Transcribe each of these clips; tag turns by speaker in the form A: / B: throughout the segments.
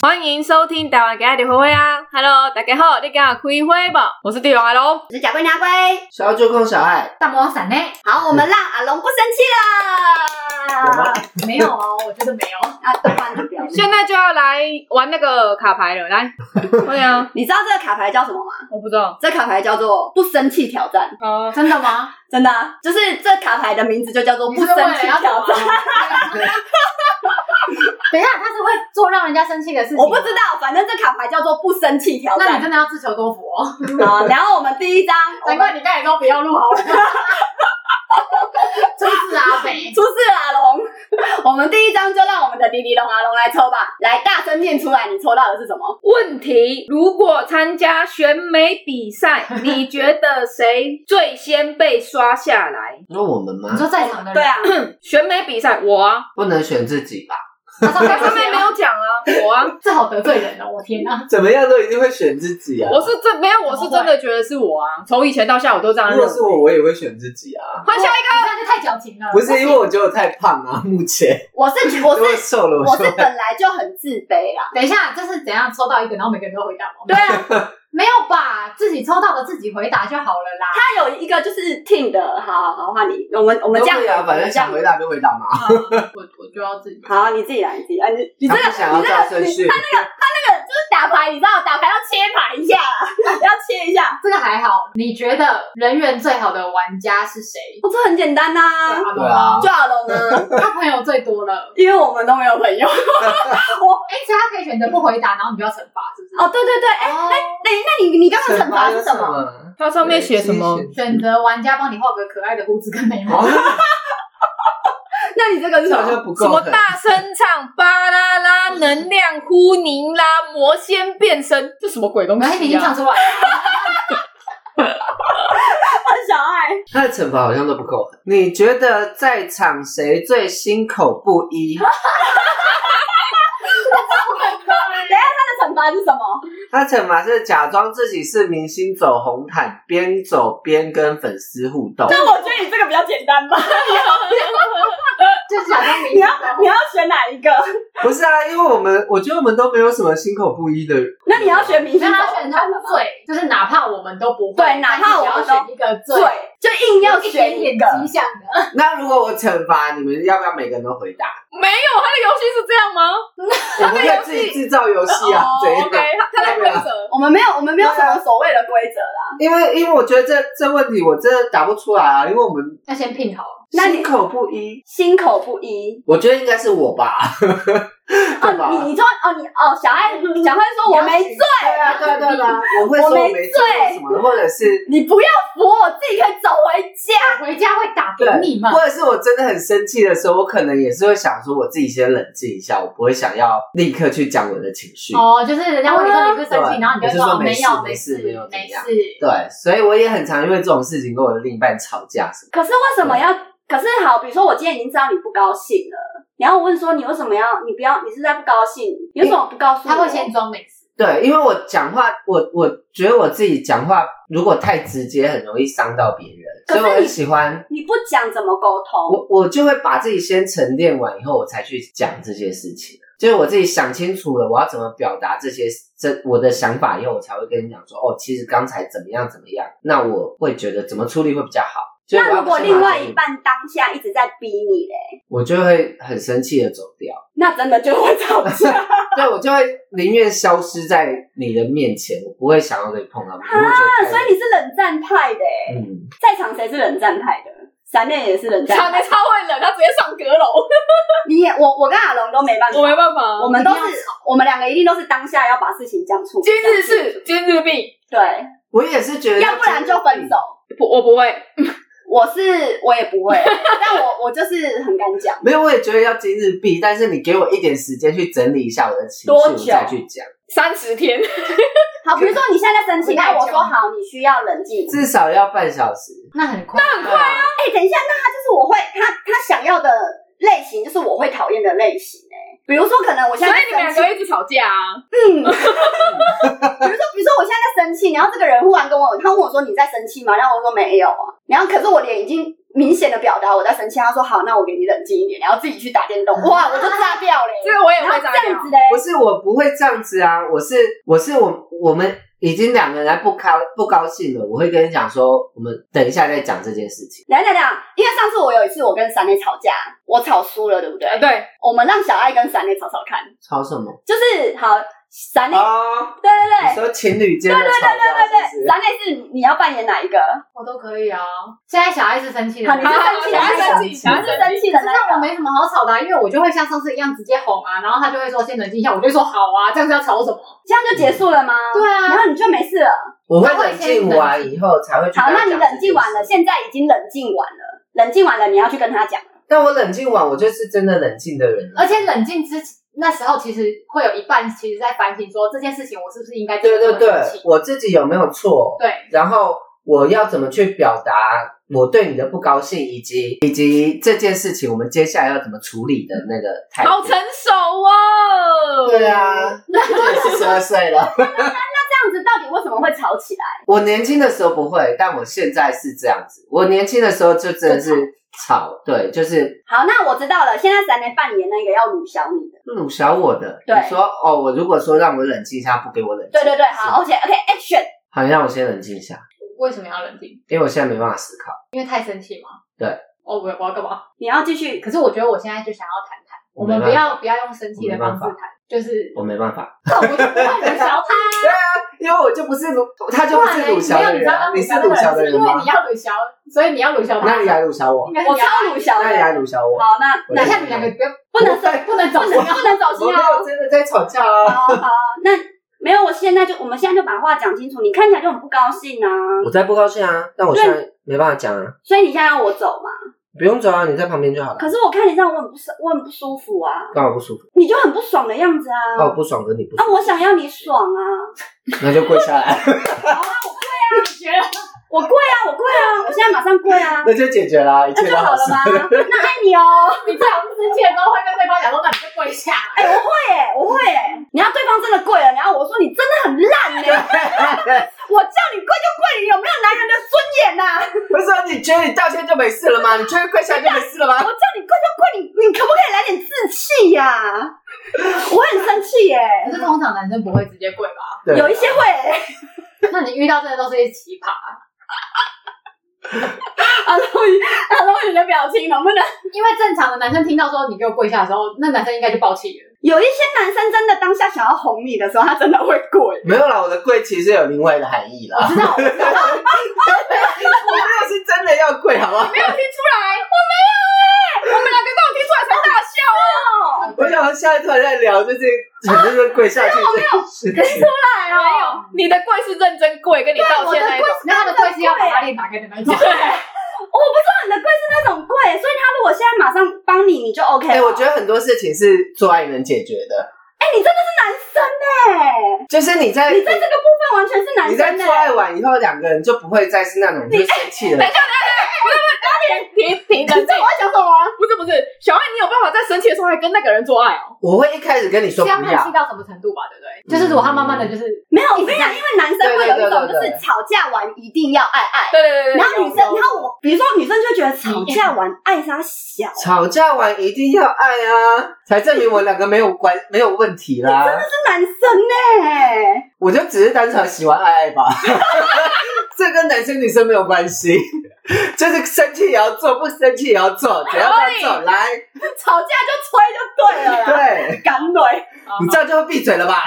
A: 欢迎收听台湾给爱的灰灰啊！Hello，大家好，你跟我开会不？我是帝王阿龙。
B: 我是假龟娘龟，
C: 小九控小爱，
D: 大魔王闪呢？
B: 好，我们让阿龙不生气
C: 有吗
B: 了。
D: 没有哦，我觉得没有。
B: 啊，对方就表示。
A: 现在就要来玩那个卡牌 了，来。对啊，
B: 你知道这个卡牌叫什么吗？
A: 我不知道。
B: 这卡牌叫做“不生气挑战
A: 哦，
D: 真的吗？”，
B: 真的啊、就是这卡牌的名字就叫做“
D: 你
B: 不
D: 是
B: 生
D: 为
B: 气
D: 了要
B: 挑
D: 挑
B: 战
D: 战？ 等一下，他是会做让人家生气的事”。情。
B: 我不知。道，反正这卡牌叫做“不生气挑
D: 那你
B: 战
D: 真的要自求多福哦。”。
B: 好，然后我们第一张，我们
D: 难怪你刚才说不要录好了。就是阿北，
B: 出事了阿龙。我们第一张就让我们的迪迪龙阿龙来抽吧，来大声念出来，你抽到的是什么？
A: 问题：如果参加选美比赛，你觉得谁最先被刷下来？
C: 那我们吗
D: 你？说在场的人，
B: 对，啊，
A: 选美比赛，我啊，
C: 不能选自己吧？
D: 他上面
A: 上面没，有讲啊，我啊，
D: 这好得罪人哦！我天哪，
C: 怎么样都一定会选自己啊
A: 我是真没有，我是真的觉得是我啊，从以前到现在我都这样认
E: 如果是
A: 为。
E: 我，我也会选自己啊。
A: 换下一
D: 你这样就太矫情了。
E: 不是因为我觉得我太胖啊，目前
B: 我是觉
E: 如
B: 我
E: 果
B: 是
E: 瘦了，
B: 我
E: 就是
B: 本来就很自卑啦。
D: 等一下，这是怎样抽到一个，然后每个人都回答吗？
B: 对啊，
D: 没有吧？自己抽到的自己回答就好了啦。
B: 他有一个就是 team 的，好好好，换你，我们我
C: 我
B: 们这样
C: 啊，反正想
B: 我们
C: 回
B: 这样
C: 答就回答嘛。
D: 我我就要自己。
B: 好，你自己来，你自己来，你你这
C: 他
B: 个
C: 不想要
B: 你这个
C: 照顺序，
B: 打牌，你知道打牌要切牌一下 啦，要切一下，
D: 这个还好，你觉得人缘最好的玩家是谁？
B: 我哦这很简单呐、
D: 阿龙
C: 对啊
D: 吗
B: 就好了呢，
D: 他朋友最多了。
B: 因为我们都没有朋友。
D: 哎，所以他可以选择不回答，然后你就要惩罚，是不是？
B: 哦，对对对，哎、
D: 哦，
B: 那那你你刚刚惩罚是什
C: 惩
B: 么？
C: 罚有什
A: 它上面写什么？？
D: 选择玩家帮你画个可爱的胡子跟眉
C: 哦
D: 毛，
B: 那你这个是
C: 这
B: 什
C: 好
B: 么？
C: 像不
A: 什
C: 够
A: 么
C: 狠。
A: 大声唱巴啦啦，能量呼尼拉，魔仙变身，这什么鬼东
B: 哎
D: 没关系，你已
A: 西
D: 经唱
A: 啊？
D: 出来了。
B: 小爱，
C: 他的惩罚好像都不够狠。你觉得在场谁最心口不一？
B: 他的惩罚是什么？
C: 他惩罚是假装自己是明星走红毯，边走边跟粉丝互动。
B: 那我觉得你这个比较简单 吧，
D: 就是假装你
B: 你要你要选哪一个？
C: 不是啊，因为我们我觉得我们都没有什么心口不一的。
B: 那你要选明星
D: 让他
B: 走
D: 选他最，就是哪怕我们都不会，
B: 对哪怕我
D: 但
B: 们
D: 是
B: 都
D: 只要选一个最
B: 对，就硬要
D: 有一点
B: 选一
D: 点
B: 个。
D: 迹象的。
C: 那如果我惩罚你们，要不要每个人都回答？
A: 没有，它的游戏是这样吗？
C: 我们可以自己制造游戏啊，怎
A: 哦
C: 样？
A: ，OK，它它的规则。
B: 我们没有，我们没有什么所谓的规则啦。
C: 因为因为我觉得这这问题我真的答不出来啊，因为我们
D: 要先拼好，
B: 那你
C: 心口不一，
B: 心口不一
C: 我觉得应该是我吧，
B: 哦，
C: 对
B: 啊你
C: 吧？
B: 你说哦，你哦，小 爱小爱说我没醉，
C: 对啊，对啊对啊对啊，我会说
B: 我没
C: 没
B: 醉
C: 做什么，或者是
B: 你不要扶我，我自己可以走回家。
D: 我回家会打给你
C: 对，
D: 嘛？
C: 或者是我真的很生气的时候，我可能也是会想说，我自己先冷静一下，我不会想要立刻去讲我的情绪。
D: 哦，就是人家问你说你是不是生气，
C: 对
D: 然后你就会
C: 我是
D: 说
C: 说没
D: 没
C: 事
D: 有
C: 没
D: 事
C: 事
D: 没
C: 没有怎样
D: 事。
C: 对，所以我也很常因为这种事情跟我的另一半吵架什么。
B: 可是为什么要？可是好，比如说我今天已经知道你不高兴了，然后我问说你为什么要？你不要？你是在不高兴？你为什么不告诉我？
D: 他会先装没事，
C: 对，因为我讲话，我我觉得我自己讲话如果太直接，很容易伤到别人，
B: 可是
C: 所以我很
B: 你
C: 喜欢
B: 你不讲怎么沟通？
C: 我我就会把自己先沉淀完以后，我才去讲这些事情。啊就是我自己想清楚了，我要怎么表达这些这我的想法以后，我才会跟你讲说，哦，其实刚才怎么样怎么样。那我会觉得怎么处理会比较好。所以我
B: 那
C: 要
B: 如果
C: 先把
B: 另外
C: 这个
B: 一，半当下一直在逼你嘞，
C: 我就会很生气的走掉，
B: 那真的就会吵 架。
C: 对我就会宁愿消失在你的面前，我不会想要跟你碰到面，因为
B: 那
C: 我觉得
B: 所
C: 太
B: 以你是冷战派的欸，
C: 嗯，
B: 在场谁是冷战派的？闪电也是冷战
A: 他
B: 派
A: 的
B: 的，
A: 超会冷，他直接上阁楼，
B: 你也我我跟阿龙都没办法
A: 呃我，没办法。啊
B: 我们都
D: 一定
B: 是我们两个一定都是当下要把事情讲出来，
A: 今日
B: 讲清
A: 事
B: 楚
A: 今日毕，
B: 对，
C: 我也是觉得，
B: 要不然就分手。。
A: 不，我不会。
B: 我是我也不会，但我我就是很敢讲。
C: 没有，我也觉得要今日毕，但是你给我一点时间去整理一下我的情绪，
B: 多
C: 我
B: 久
C: 再去讲。
A: 三十天，
B: 好，比如说你现在在生气，
D: 不太
B: 那我
D: 久
B: 说好，你需要冷静。
C: 至少要半小时。
D: 那很快，那很
C: 对。啊，
B: 哎、等一下，那他就是我会他他想要的类型，就是我会讨厌的类型、哎，比如说可能我
A: 所
B: 现在
A: 以你们
B: 在
A: 两
B: 生气，
A: 个一直吵架啊。
B: 嗯，比如说比如说我现在在生气，然后这个人忽然跟我，他问我说你在生气吗？然后我说没有啊，然后可是我脸已经明显的表达我在生气，他说好，那我给你冷静一点，然后自己去打电动，哇，我就炸掉嘞！
A: 这个我也
B: 然后
A: 会炸
B: 这
A: 掉
B: 样。子嘞，
F: 不是我不会这样子啊，我是我是我我们已经两个人不高不高兴了，我会跟你讲说，我们等一下再讲这件事情。
B: 等一下等一下，因为上次我有一次我跟闪磊吵架，我吵输了，对不对？
A: 呃对，
B: 我们让小爱跟闪磊吵吵看，
F: 吵什么？
B: 就是好，闪磊，
C: 哦，
B: 对对啊对
C: 你。说情侣间的吵架是不是？
B: 三类是你要扮演哪一个？
D: 我都可以啊。现在小孩子生气了，
B: 好你
A: 好
D: 那
A: 好，
B: 生气了
A: 想要生气，想要
B: 是
A: 生
B: 生
A: 气。
B: 气的那个。
D: 我没什么好吵的、啊，因为我就会像上次一样直接哄啊，然后他就会说先冷静一下，我就说好啊，这样子要吵什么？
B: 这样就结束了吗？
D: 对啊
B: 然后你就没事了。
F: 我会冷静完以后才会去。
B: 好，那你冷静完了，。现在已经冷静完了，冷静完了，你要去跟他讲。
F: 但我冷静完，我就是真的冷静的
C: 嗯
F: 人了。
D: 而且冷静之前那时候，其实会有一半其实在反省说这件事情我是不是应该
F: 对对对
D: 这么冷静，
F: 我自己有没有错？
D: 对，
F: 然后我要怎么去表达我对你的不高兴，以及以及这件事情我们接下来要怎么处理的那个态度。
A: 好成熟哦！
C: 对，啊，那也是十二岁了，
B: 这样子到底为什么会吵起来？
F: 我年轻的时候不会，但我现在是这样子。我年轻的时候就真的是吵，对，就是
B: 好，那我知道了。现在三雷扮演那个要鲁小你的。
F: 辱嗯小我的。
B: 对
F: 你说哦，我如果说让我冷静一下，不给我冷静，
B: 对对对，好，OK OK action。
F: 好，你让我先冷静一下，
D: 为什么要冷静？
F: 因为我现在没办法思考。
D: 因为太生气嘛。
F: 对。
D: 哦，我我要干嘛？
B: 你要继续，
D: 可是我觉得我现在就想要谈谈，
F: 我
D: 我
F: 没
D: 们
F: 办法
D: 不要不要用生气的方式
F: 我
D: 谈，就是
F: 我没办法，
D: 那我就不会很小他。
C: 因为我就不是鲁，他 就不是鲁小的人啊，
D: 没有你
C: 是
D: 知道
C: 鲁小
D: 当
C: 的
D: 鲁
C: 人
D: 因为
C: 吗
D: 你？要鲁小，所以你要鲁小他。
C: 哎那你来鲁小我，
D: 应该是
B: 我
D: 你要
B: 超鲁小的
C: 那。你来鲁小我，
B: 好，那
C: 我
D: 等一
C: 就
D: 下，你们两个不要
B: 不能走，
D: 不能走
B: 不
D: 心
B: 能
D: 哦。
B: 不能走
C: 我
B: 心
C: 没
B: 哦。
C: 有真的在吵架啊。
B: 好好，那没有，我现在就我们现在就把话讲清楚。你看起来就很不高兴啊，
F: 我在不高兴啊，但我现在没办法讲啊，
B: 所以你现在要我走嘛？
F: 不用走啊，你在旁边就好了
B: 可。是我看你这样，我很不舒，我很不舒服啊，
F: 干嘛不舒服？
B: 你就很不爽的样子啊。
F: 哦，我不爽跟你不
B: 啊
F: 爽，，
B: 我想要你爽啊！
F: 那就跪下来。
D: 觉得
B: 我跪啊，我跪啊，我现在马上跪啊，
C: 那就解决 啦，一
B: 那
C: 切
B: 就
C: 都
B: 好了
C: 事。
B: 吗？ 那爱你哦，
D: 你在我们生气的时候会跟对方讲说，那你就跪下。
B: 哎、我会、欸，我会、欸。你要对方真的跪了，然后我说你真的很烂呢、 我叫你跪就跪，你有没有男人的尊严啊呐、
C: 我说你觉得你道歉就没事了吗？你觉得跪下就没事了吗？
B: 我叫你跪就跪，你你可不可以来点志气呀、我很生气耶、
D: 可是通常男生不会直接跪吧？
C: 对
B: 有一些会、欸，
D: 那你遇到真的都是一些啊奇葩，
B: 阿龙宇，阿龙宇的表情能不能？
D: 因为正常的男生听到说你给我跪下的时候，那男生应该就爆气了。
B: 有一些男生真的当下想要哄你的时候，他真的会跪。
C: 没有啦，我的跪其实有另外的含义啦。
D: 知道，我知
C: 我
D: 道，
C: 没有是真的要跪，好不好？
A: 没有听出来，我没有哎，我们两个都有听出来才大笑哦。
C: 我想到下一段再聊，就是反正就跪下去这件事情。
B: 哎呦，
A: 你的跪是认真跪，跟你道
B: 啊
D: 我
A: 歉
D: 的
A: 那一
D: 跪
A: 种。
D: 是，那他的跪是要把拉链打开的那 种。
B: 我不知道你的贵是那种贵，所以他如果现在马上帮你，你就 OK 了。
C: 哎，我觉得很多事情是做爱能解决的，
B: 哎、你真的是男生哎、
C: 就是你在
B: 你在这个部分完全是男
C: 你在
B: 生
C: 做
B: 哎、
C: 爱完以后，两个人就不会再是那种就生气了
A: 等一。下，等一下，等一下，停停
B: 你
A: 冷
B: 知道
A: 静
B: 我。要讲什么吗？
A: 不是不是，小爱，你有办法在生气的时候还跟那个人做爱哦？
C: 我会一开始跟你说
D: 是
C: 不
D: 要看气
C: 要，
D: 到什么程度吧，对不对？就是如果他慢慢的就是，
B: 没有，我跟你讲，因为男生会有一种就
C: 对对对对
B: 是吵架完一定要爱爱，
A: 对对对对。
B: 然后女生，
A: 有
B: 然后我，比如说女生就觉得吵架完爱他小，是
C: 吵架完一定要爱啊，才证明我们两个没有关 没有问题啦。
B: 男生哎、
C: 我就只是单纯喜欢爱爱吧， 这跟男生女生没有关系， 就是生气也要做，不生气也要做，只要他做来，
B: 吵架就吹就对了啦，
C: 对，
B: 敢怼，
C: 你这样就会闭嘴了吧？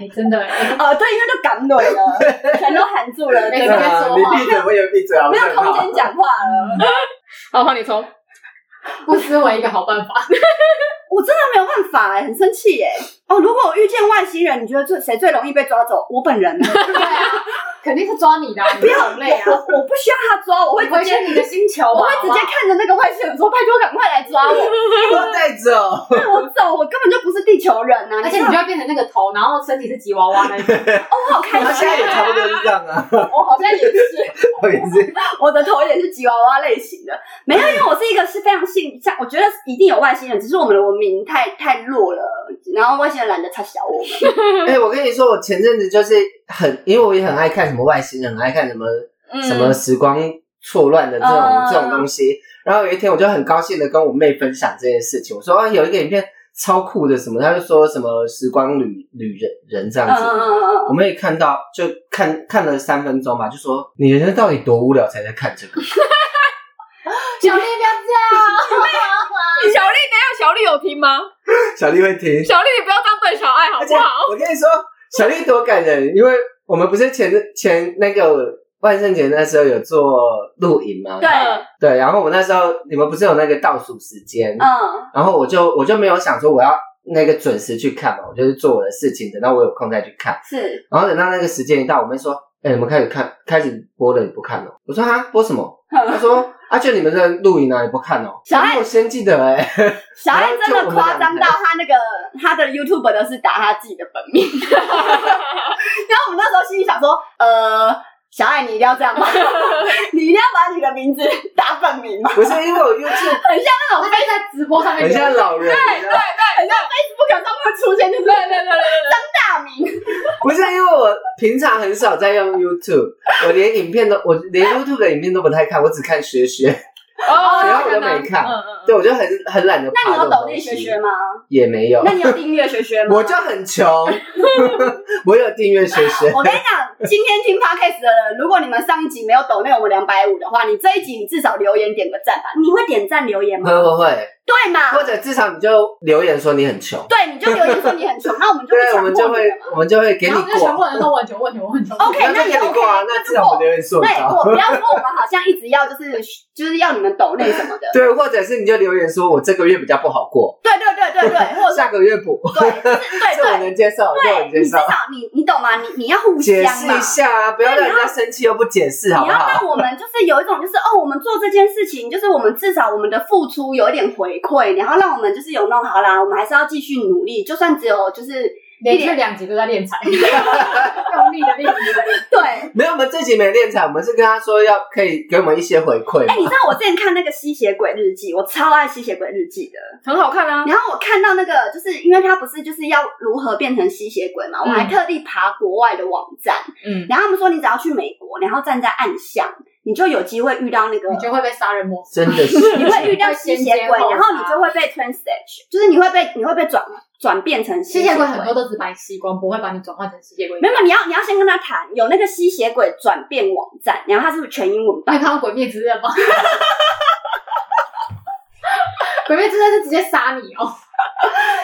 D: 哎，真的，哎
B: 呃，对，因为就敢怼了，全都含住了，
D: 没
B: 对
D: 有
C: 对
D: 跟
B: 吧？
D: 他
C: 啊，
D: 说
C: 你
D: 话
C: 闭嘴，我也闭嘴啊，我
B: 没
C: 很
B: 有空
C: 好。
B: 间讲话了。
A: 好，换你冲。
D: 不失为一个好 办法。
B: 我真的没有办法哎、很生气耶、哦，如果我遇见外星人，你觉得最谁最容易被抓走？我本人， 我
D: 对啊，肯定是抓你 的啊，
B: 不
D: 你
B: 要
D: 很累啊，
B: 我我不需要他抓，我会
D: 你回
B: 直接，
D: 去你的星球啊吧，
B: 我会直接看着那个外星人说：“拜托，赶快来抓我，
C: 我带走，
B: 让我走，我根本就不是地球人啊！”
D: 好不好。而且你就
B: 知道
D: 要变成那个头，然后身体是吉娃娃那一种。
B: 我好开
C: 他现
B: 心
C: 在也差不多是这样啊，
B: 哦， 我好像也是，
C: 我也 是。
B: 我的头也是吉娃娃类型的。没有，因为我是一个是非常信，像我觉得一定有外星人，只是我们的文明太太弱了，然后外星人懒得插小我们。
C: 哎、我跟你说，我前阵子就是很，因为我也很爱看什么外星人，很爱看什么
A: 嗯
C: 什么时光错乱的这种、
B: 嗯
C: 这种东西。然后有一天，我就很高兴的跟我妹分享这件事情，我说啊，有一个影片超酷的什么，她就说什么时光旅旅人人这样
B: 嗯
C: 子。
B: 嗯嗯嗯，
C: 我妹看到就看看了三分钟吧，就说你人生到底多无聊才在看这个？
D: 小丽不要
A: 小丽，等一下，小丽有听吗？
C: 小丽会听，
A: 小丽，你不要这样对小爱好嗯
C: 而且
A: 不好？
C: 我跟你说，小丽多感人，因为我们不是前前那个万圣节那时候有做录影吗？
B: 对
C: 对，然后我那时候你们不是有那个倒数时间，
B: 嗯，
C: 然后我就我就没有想说我要那个准时去看嘛，我就是做我的事情，等到我有空再去看。
B: 是
C: 然后等到那个时间一到，我妹说：“哎、你们开始看，开始播了，你不看了？”我说：“哈，播什么？”她说：“啊，就你们在录影啊，你不看哦。”
B: 嗯小爱
C: 我先记得哎、
B: 小爱真的夸张到他那个他的 YouTube 都是打他自己的本 名，然后我们那时候心里想说，呃。小爱，你一定要这 样吗？你一定要把你的名字打本名吗？
C: 不是因为我 YouTube
D: 那种被在直播上面
C: 很像老人，你知道吗
B: 很像 Facebook 上面会出现就是
A: 对对对对对
B: 大名，
C: 不是因为我平常很少在用 YouTube，我 连影片都我连 YouTube 的影片都不太看，我只看学学。
B: 嗯
A: 对，哦
C: 然后我都没看
A: 嗯嗯
C: 对，我就很很懒得
B: 那
C: 爬
B: 你
C: 这
B: 有
C: 种
B: 抖
C: 东
B: 音
C: 西。
B: 学学吗？
C: 也没有
B: 那，你有订阅学学吗？
C: 我就很 穷，我有订阅学学。
B: 我跟你讲，今天听 podcast 的人，如果你们上一集没有抖内我们两百五的话，你这一集你至少留言点个赞吧。你会点赞留言吗？
C: 会会会，
B: 对嘛？
C: 呃或者至少你就留言说你很穷，
B: 对，你就留言说你很穷，那我们就
C: 对，我
B: 不
C: 们
B: 强
C: 就
B: 迫
C: 会
B: 你了嘛。
C: 我们就会给
D: 然
C: 你
D: 后就全部
C: 过，
D: 人都问我很久，我很久，我很久。
B: OK，
C: 然后
B: 那
C: 就
B: 也
C: 给你
B: OK，
C: 过啊，那
B: 那
C: 至少我们留言说
B: 对， 我
C: 到。
B: 不要说我们好像一直要就是就是要你们抖内什么的。
C: 对，或者是你就留言说我这个月比较不好过，
B: 对对对对对，或者
C: 下个月补，
B: 对是对
C: 这我
B: 对
C: 能接受，这我能
B: 对，
C: 接
B: 你至
C: 受。
B: 少你你懂吗？你你要互相
C: 解
B: 嘛。
C: 释一下啊，不要让人家生气又不解释，
B: 哎
C: 好
B: 你
C: 不
B: 要
C: 好？
B: 让我们就是有一种就是哦，我们做这件事情，就是我们至少我们的付出有一点回馈，然后让我们就是有弄好啦，我们还是要继续努力，就算只有就是
D: 连续两集都在 练财，用力的练财。
B: 对。哎、
C: 没有，我们这集没练场，我们是跟他说要可以给我们一些回馈嘛。
B: 哎你知道我之前看那个《吸血鬼日记》，我超爱《吸血鬼日记》的。
A: 很好看啊。
B: 然后我看到那个，就是因为他不是就是要如何变成吸血鬼嘛，我
C: 嗯
B: 还特地爬国外的网站，
A: 嗯，
B: 然后他们说你只要去美国，然后站在暗巷，你就有机会遇到那个
D: 你就会被杀人魔
C: 真的是，
B: 你会遇到吸血鬼，然后你就会被 transtage，就是你会被你会被转转变成
D: 吸
B: 血
D: 血鬼很多都只把你吸光，不会把你转换成吸血鬼。
B: 没有，你要你要先跟他谈，有那个吸血鬼转变网站，然后它是全英文
D: 你
B: 版，
D: 看过《鬼灭之刃》吗？ 鬼灭之刃是直接杀你哦！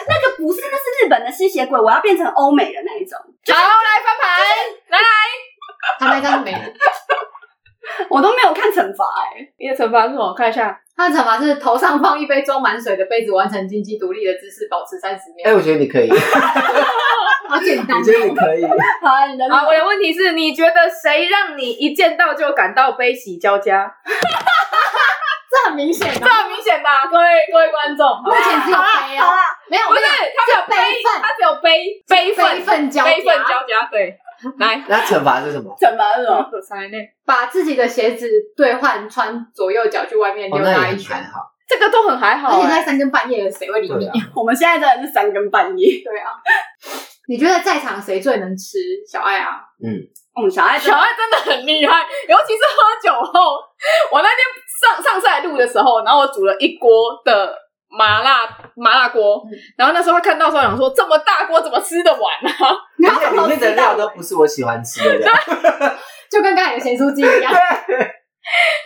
B: 那个不是，那是日本的吸血鬼，我要变成欧美的那一种，
A: 好，来翻盘，
D: 他那张是没有，
B: 我都没有看惩罚哎、
A: 你的惩罚是什么？看一下，
D: 他的惩罚是头上放一杯装满水的杯子，完成经济独立的姿势，保持三十
C: 哎，
D: 秒。
C: 我觉得你可以，我呃
D: 好简单，
C: 觉得你可以。
B: 好，啊你的
A: 好，我的问题是，你觉得谁让你一见到就感到悲喜交加？
D: 这很明显
A: 这
D: 的。
A: 很明显吧，各位各位观众，
D: 目前只有
B: 好
D: 悲
B: 啦好
D: 啊，
B: 啦，
D: 没有
A: 不是，他
D: 悲
A: 没有悲，
D: 愤
A: 他只有悲悲愤
D: 悲愤交加啊
A: 悲愤交加，对，来，
C: 那惩罚是什 么？
B: 惩罚是什么？
A: 才呢？
D: 把自己的鞋子兑换穿左右脚去外面
C: 哦，
D: 溜
C: 那也
D: 达一
C: 很
D: 圈，
C: 还好。
A: 这个都很还好
D: 而且
A: 欸，
D: 在三更半夜的谁会理
C: 对
D: 你
C: 啊？，
B: 我们现在真的是三更半夜，
D: 对啊，你觉得在场谁最能吃？小爱啊，
B: 我们小爱
A: 小
B: 真的
A: 爱真的很厉害，尤其是喝酒后。我那天上上次来录的时候，然后我煮了一锅的麻辣麻辣锅，然后那时候他看到的时候想说，这么大锅怎么吃得完啊？
C: 而且里面的料都不是我喜欢吃的 料。
D: 就跟刚才的咸酥鸡一 样，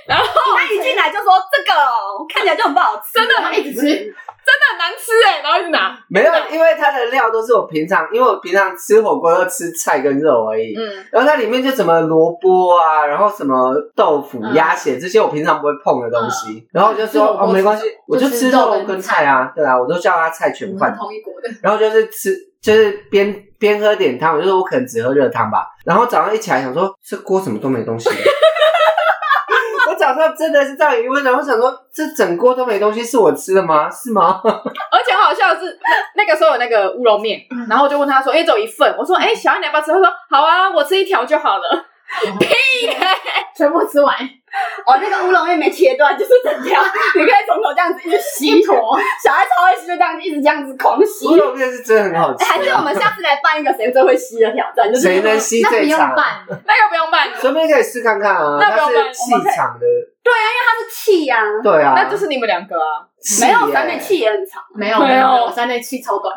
B: 他一进来就说这个哦看起来就很不好吃，
A: 真的
D: 他一直吃，
A: 真的很难吃哎、然后一直拿，
C: 没有，因为它的料都是我平常，因为我平常吃火锅都吃菜跟肉而已。
A: 嗯，
C: 然后它里面就什么萝卜啊，然后什么豆腐、鸭血这些我平常不会碰的东西。然后我就说
D: 吃火锅
C: 哦，没关系，我就
D: 就
C: 吃
D: 吃
C: 肉
D: 肉
C: 跟
D: 跟嗯
C: 菜啊，对啊，我都叫它菜
D: 我
C: 全
D: 们
C: 换
D: 是。同一国的，
C: 然后就是吃，就是边边喝点汤，我就说我可能只喝热汤吧。然后早上一起来想说，这锅怎么都没东西。我早上真的是这样疑问，然后想说这整锅都没东西，是我吃的吗？是吗？
A: 而且很好笑的是，那那个时候有那个乌龙面，然后我就问他说，哎、只有一份，我说，哎、小爱你要不要吃？他说，好啊，我吃一条就好了。
D: 全部吃完，
B: 哦，那个乌龙面没切断，就是整条，你可以从头这样子一直吸
D: 一坨。
B: 小孩超会吸，就这样子一直这样子狂吸。
C: 乌龙面是真的很好吃、啊。
B: 还是我们下次来办一个谁最会吸的挑战，就是
C: 谁能吸
D: 那不
C: 最
D: 用
C: 长？
D: 拌，
A: 那个不用拌，
C: 随便可以试看看啊，
A: 那
C: 它
A: 不用
C: 是细长的，
B: 他是气呀、
C: 对啊，
A: 那就是你们两个啊。
C: 是
B: 没有
C: 耶
B: 咱们气也很长，
D: 没有
A: 没有
D: 没有，没有我三内气超短，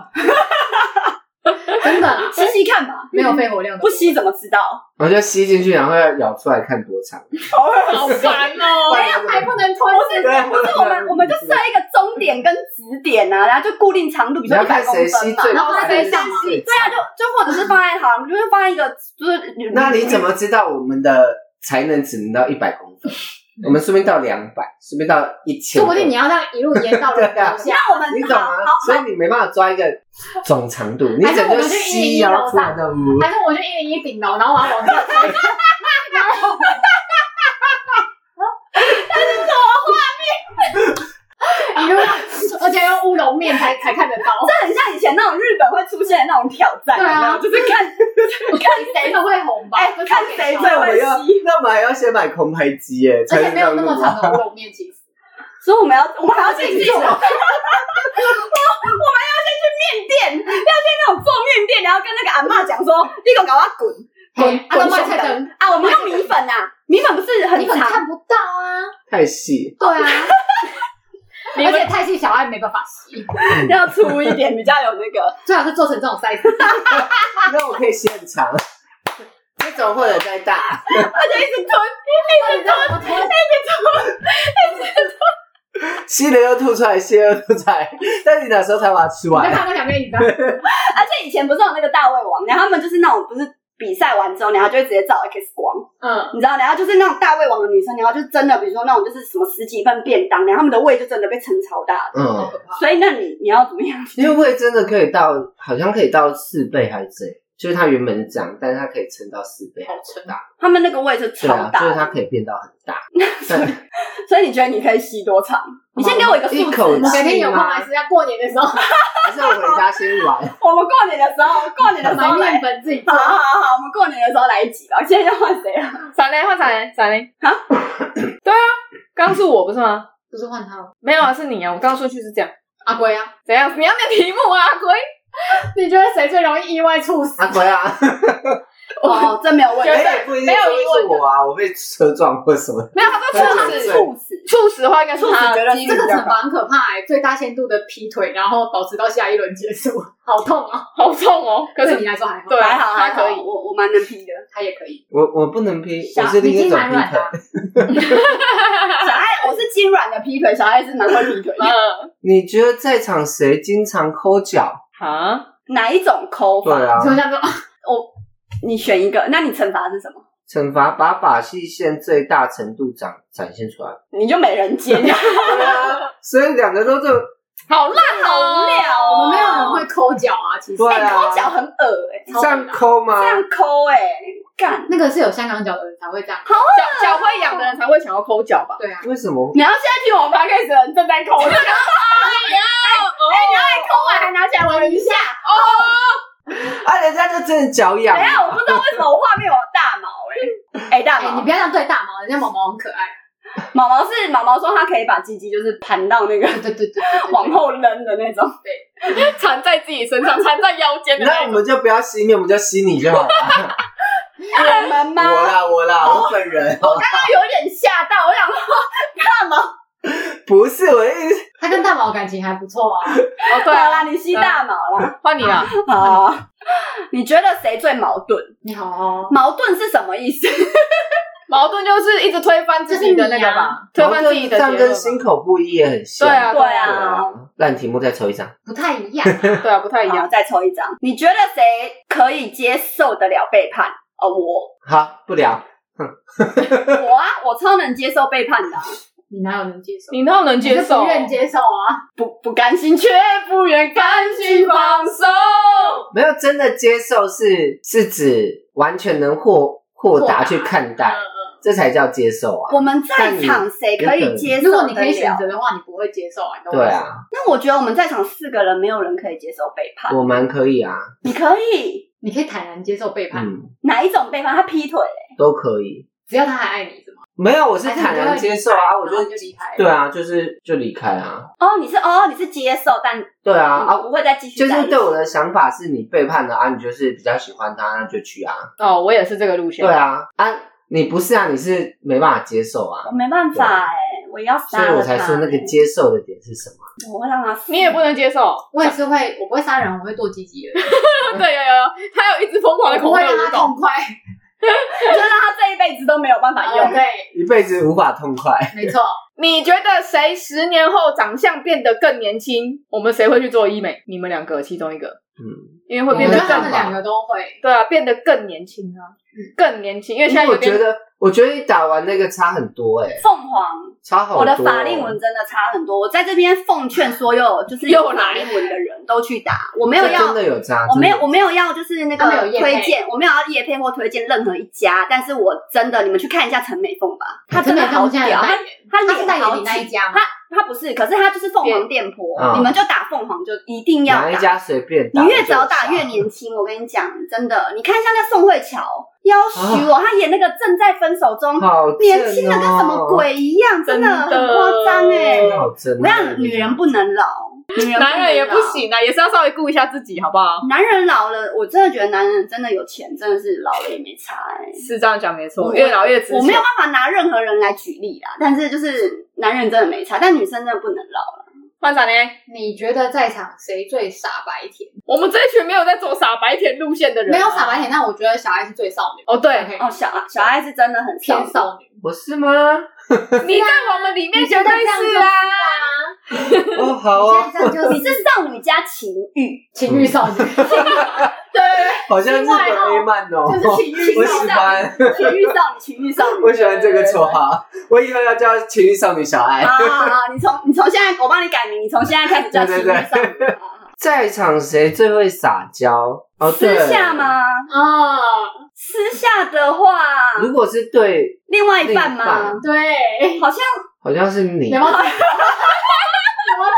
D: 真的啊
B: 吸吸看吧，
D: 没有肺活量的，
B: 不吸怎么知道？
C: 我就吸进去，然后要咬出来看多长。
D: 嗯
A: 好烦哦！
D: 没有还不能吞，
C: 对，
B: 不是我们，我们就设一个终点跟止点啊，然后就固定长度，比
C: 你
B: 如说
C: 要
B: 一百
C: 看
B: 公
C: 谁吸
B: 分嘛，
C: 最
B: 然后
D: 后
C: 快
D: 谁
C: 还是
D: 上
C: 谁
D: 去
B: 对啊，就就或者是放在好，就是放在一个就是
C: 那你怎么知道我们的才能只能到一百公分？我们顺便到两百，顺便到一千，
D: 嗯说不定你要这样一路延到人
C: 对啊
D: 楼下，
B: 那我们
C: 你懂吗
B: 好好？
C: 所以你没办法抓一个总长度，你
D: 还是
C: 整
D: 我
C: 个
D: 们就
C: 吸
D: 一人一
C: 咬
D: 楼
C: 出来的。嗯
D: 还是我就一零一顶楼，然后我要往下推， 一路，而且用乌龙面才才看得到，
B: 这很像以前那种日本会出现的那种挑战，
D: 对啊
B: 有没有就是看 看
D: 真
B: 谁
D: 的会红吧？
B: 哎
D: 这是
B: 看谁
D: 给
B: 最
C: 那我
B: 会
C: 们要
B: 吸，，
C: 那我们还要先买空拍机耶，
D: 而
C: 才
D: 且
C: 能
D: 没有那么
C: 录啊
D: 长的乌龙面，其实
B: 所以 我们要我们还要先去
D: 自己
B: 做，
D: 做
B: 我我们要先去面店，要去那种做面店，然后跟那个阿嬷讲说，你给我搞我滚滚
D: 啊，都
B: 滚
D: 卖
B: 熊
D: 菜
B: 的
D: 灯，
B: 啊！我们用米粉啊，米粉不是很
D: 你可能
B: 长，
D: 看不到啊，
C: 太细。
D: 对啊，
A: 你
D: 而
A: 们
D: 且太细小爱没办法吸，
B: 要粗一点，比较有那个。
D: 最好是做成这 种 size。
C: 那我可以吸很 长，这种或者再大，
B: 而且一直吞，
D: 那你知道怎么吞？
C: 吸了又吐出来，吸了又吐出来。但你哪时候才把它吃
D: 你
C: 完
D: 在
C: 啊？
D: 看那两边，你知道？
B: 而且以前不是有那个大胃王，然后他们就是那种不是比赛完之后，然后就会直接照 X 光，
D: 嗯，
B: 你知道，然后就是那种大胃王的女生，然后就真的，比如说那种就是什么十几份便当，然后他们的胃就真的被撑超大的。
C: 嗯，
D: 好可 怕。
B: 所以那你你要怎么样？
C: 因为胃真的可以到，好像可以到四倍还是怎样？就是它原本是这样，但是它可以撑到四倍，
D: 好撑
C: 大，
B: 他们那个胃是
C: 对
B: 超
C: 啊，
B: 大
C: 就
B: 的，
C: 是它可以变到很大。
B: 所以你觉得你可以吸多长？你先哦给我一个数
C: 一
B: 字。
C: 口
D: 我
C: 气
D: 改天有空来吃，要过年的时候
C: 还是我回家先 玩，
B: 我们过年的时候，过年的时
D: 买
B: 候来
D: 面。粉自己
B: 好
D: 做。
B: 好好好，我们过年的时候来一集吧。现在要换谁啊？
A: 闪雷换闪雷，闪雷啊！ 对啊，刚刚是我不是吗？
D: 不是换汤
A: 没有啊，是你啊！我刚刚出去是这样，
D: 阿龟啊？
A: 怎样？你要那题目啊，阿龟？
D: 你觉得谁最容易意外猝死？
C: 阿奎啊，
B: 哦，这没有问
A: 觉
B: 题
A: 得。
C: 哎不一定
A: 没有疑
C: 说
A: 问
C: 是我啊，我被车撞或什么，
A: 没有，他说猝
C: 对啊
A: 死，
B: 猝死，
A: 猝死的话应该是
B: 猝死
A: 他
B: 觉得
A: 几
D: 这
A: 率
D: 个
A: 比较
D: 惩
A: 高
D: 罚很可怕哎、最大限度的劈腿，然后保持到下一轮结束，好痛啊！
A: 好重哦。可
D: 对
A: 是
D: 你来说还好，
A: 对
B: 还好
A: 他
B: 还好
A: 可以
B: 我我蛮能批的。
D: 他也可以。
C: 我我不能劈，我是
D: 你
C: 另一
D: 筋
C: 种
D: 蛮
C: 劈
D: 软
C: 腿
D: 的。啊，
B: 小爱，我是筋软的劈腿，小爱是蛮会劈腿 的。
A: 嗯
C: 你觉得在场谁经常抠脚？
A: 啊，
B: 哪一种抠
C: 对
B: 法？
C: 啊，
D: 就像说，
B: 你选一个，那你惩罚是什么？
C: 惩罚把把戏线最大程度展展现出来。
B: 你就没人接，
C: 对啊，所以两个都这么
A: 好烂哦，
B: 好无聊哦
D: 我们没有人会抠脚啊，其实
C: 对
B: 哎、
C: 啊
B: 抠脚很恶哎、
D: 超
C: 这样抠吗
B: 这？样抠哎、干！
D: 那个是有香港脚的人才会这样。
A: 脚脚会痒的人才会想要抠脚吧？
D: 对啊，
C: 为什么？
B: 你要现在听我们 p o d c a 的人正在 抠，哎、
A: 哦，
B: 你要抠啊完还拿起来闻一下，
C: 啊，人家就真的脚痒啊
B: 等一。下我不知道为什么我画面有大毛哎、 哎、大
D: 哎、
B: 毛，
D: 你不要这样对大毛，人家毛毛很可爱。
B: 毛毛是毛毛说他可以把鸡鸡就是盘到 那个
D: 对对对对对对，
B: 往后扔的那种，
A: 哎缠在自己身上，缠在腰间的
C: 那
A: 那
C: 我
A: 种。
C: 们就不要吸面，我们就吸你就好了。
B: 我们
C: 我
B: 吗？
C: 啦我啦，我本人
B: 我刚刚有点吓到，我想说大毛，
C: 不是我的意思。
D: 他跟大毛感情还不错啊。
A: 哦，对
B: 好
A: 啊，
B: 啦，你吸大毛啦。
A: 换你了。
B: 好，啊你觉得谁最矛盾？
D: 你好、哦，
B: 矛盾是什么意思？
A: 矛盾就是一直推翻自己的那个吧，推翻自己的
C: 啊这样
A: 结
C: 跟
A: 论
C: 心口不一也很像。
A: 对啊
B: 对
C: 对
B: 啊，
C: 啊。烂题目再抽一张。
D: 不太一样。
A: 吧对啊，不太一
B: 好，
A: 样。
B: 再抽一张。你觉得谁可以接受得了背叛？哦，我
C: 好，不聊。
B: 我啊，我超能接受背叛的啊、
D: 你哪有能接 受？
A: 你那能接
D: 你是
A: 受哦
D: 不？愿接受啊？
B: 不不甘心却不愿甘心
A: 去
B: 放。
A: 放手，
C: 没有真的接受是是指完全能豁豁达去看待，这才叫接受啊。
B: 我们在场谁可以接受
D: 如
B: 得
D: 果
B: 了？
D: 你可以选择的话，你不会接受啊？你懂我
C: 对
D: 意思吗，
C: 啊，
B: 那我觉得我们在场四个人没有人可以接受背叛。
C: 我蛮可以啊，
B: 你可以
D: 你可以坦然接受背叛，
C: 嗯，
B: 哪一种背叛？他劈腿、欸，
C: 都可以。
D: 只要他还爱你，是吗？
C: 没有，我是
D: 还是你
C: 坦
D: 就
C: 然
D: 会
C: 接
D: 离
C: 受
D: 开
C: 啊，我
D: 然后
C: 就
D: 你就离开。
C: 对啊，就是就离开啊，
B: 哦，你是哦，你是接受，但
C: 对啊
B: 啊
C: 啊，
B: 不会再继续
C: 就
B: 在一起。
C: 是对我的想法是你背叛了啊，你就是比较喜欢他，那就去啊，
A: 哦，我也是这个路线。
C: 对，啊啊，你不是啊，你是没办法接受啊
B: 我，没办法哎、我要
C: 所
B: 杀
C: 以
B: 了
C: 我
B: 他
C: 才说那个接受的点是什么。
B: 我会让他死。
A: 你也不能接受。
D: 我也是会，我不会杀人，我会剁鸡鸡的，
A: 对，有有有，他有一直疯狂的
D: 我
A: 恐
D: 会
A: 吓
D: 让
A: 我
D: 他
A: 懂。
D: 痛快。
B: 就让他这一辈子都没有办法用。
D: 对，
C: 一辈子无法痛快。
D: 没错，
A: 你觉得谁十年后长相变得更年轻？我们谁会去做医美？你们两个其中一个，
C: 嗯，
A: 因为
D: 我
A: 会变
D: 觉得
A: 得
D: 他
A: 更
D: 们两个都会。
A: 对啊，变得更年轻啊，更年轻。因为现在
C: 因为
A: 有
C: 我觉
A: 点
C: 得，我觉得你打完那个差很多哎、
B: 凤凰，
C: 差好多哦、
B: 我的法令纹真的差很多。我在这边奉劝所有就是
A: 又
B: 有法
A: 来
B: 令纹的人都去打，我没有
C: 这
B: 要
C: 真。的有差，
B: 我没有，
C: 真的
B: 我没有要，就是那
D: 他没有
B: 个
D: 业配
B: 推荐，我没有要叶配或推荐任何一家，但是我真的，你们去看一下陈美凤吧，
D: 啊
B: 她真的好
D: 现在
B: 屌，
D: 有代
B: 她
D: 言，
B: 她
D: 他是代
B: 脸
D: 言
B: 好
D: 你那一
B: 紧，
D: 家吗？
B: 她不是，可是她就是凤凰店铺，
C: 嗯
B: 你们就打凤凰就一定要
C: 哪一
B: 打，
C: 家随便打，
B: 你越早
C: 我
B: 打
C: 就有
B: 越
C: 差
B: 年轻，我跟你讲，真的，你看像那宋慧乔，要虚哦，她演那个正在分手中，
C: 啊好、哦，
B: 年轻的跟什么？鬼一样，真的很夸张哎！
C: 好真的，哦
B: 不要，女人不能老，女人
A: 男人也不
B: 能老。
A: 行啊，也是要稍微顾一下自己，好不好？
B: 男人老了，我真的觉得男人真的有钱，真的是老了也没差哎、
A: 是这样讲没错，
B: 我
A: 越老越值钱。
B: 我没有办法拿任何人来举例啦，但是就是男人真的没差，但女生真的不能老了。
A: 换啥呢？
D: 你觉得在场谁最傻白甜？
A: 我们这一群没有在走傻白甜路线的人啊，
D: 没有傻白甜，但我觉得小爱是最少女，
A: 哦，对，
D: OK，
B: 哦，小小爱是真的很少
D: 偏少女。
C: 我是吗？
A: 你在我们里面绝对是啊，
C: 哦，好哦，
D: 现在这样
B: 你
D: 就是
B: 少女加情欲，
D: 情欲少女，
C: 好像日本 A 漫哦，
D: 就是情欲
C: 我
D: 少
C: 喜
D: 女。
C: 欢，
B: 情欲少女，情欲少女。
C: 我喜欢这个绰号，我以后要叫情欲少女小爱。
B: 好好好，啊你从你从现在，我帮你改名，你从现在开始叫情欲少女。好好好
C: 在场谁最会撒娇？哦，对，
B: 私下？吗？
D: 啊，
B: 私下的话，
C: 如果是对，
B: 另外一半
C: 嗯另一
B: 吗
C: 半？
D: 对，
B: 好像
C: 好像是你，
D: 有没有？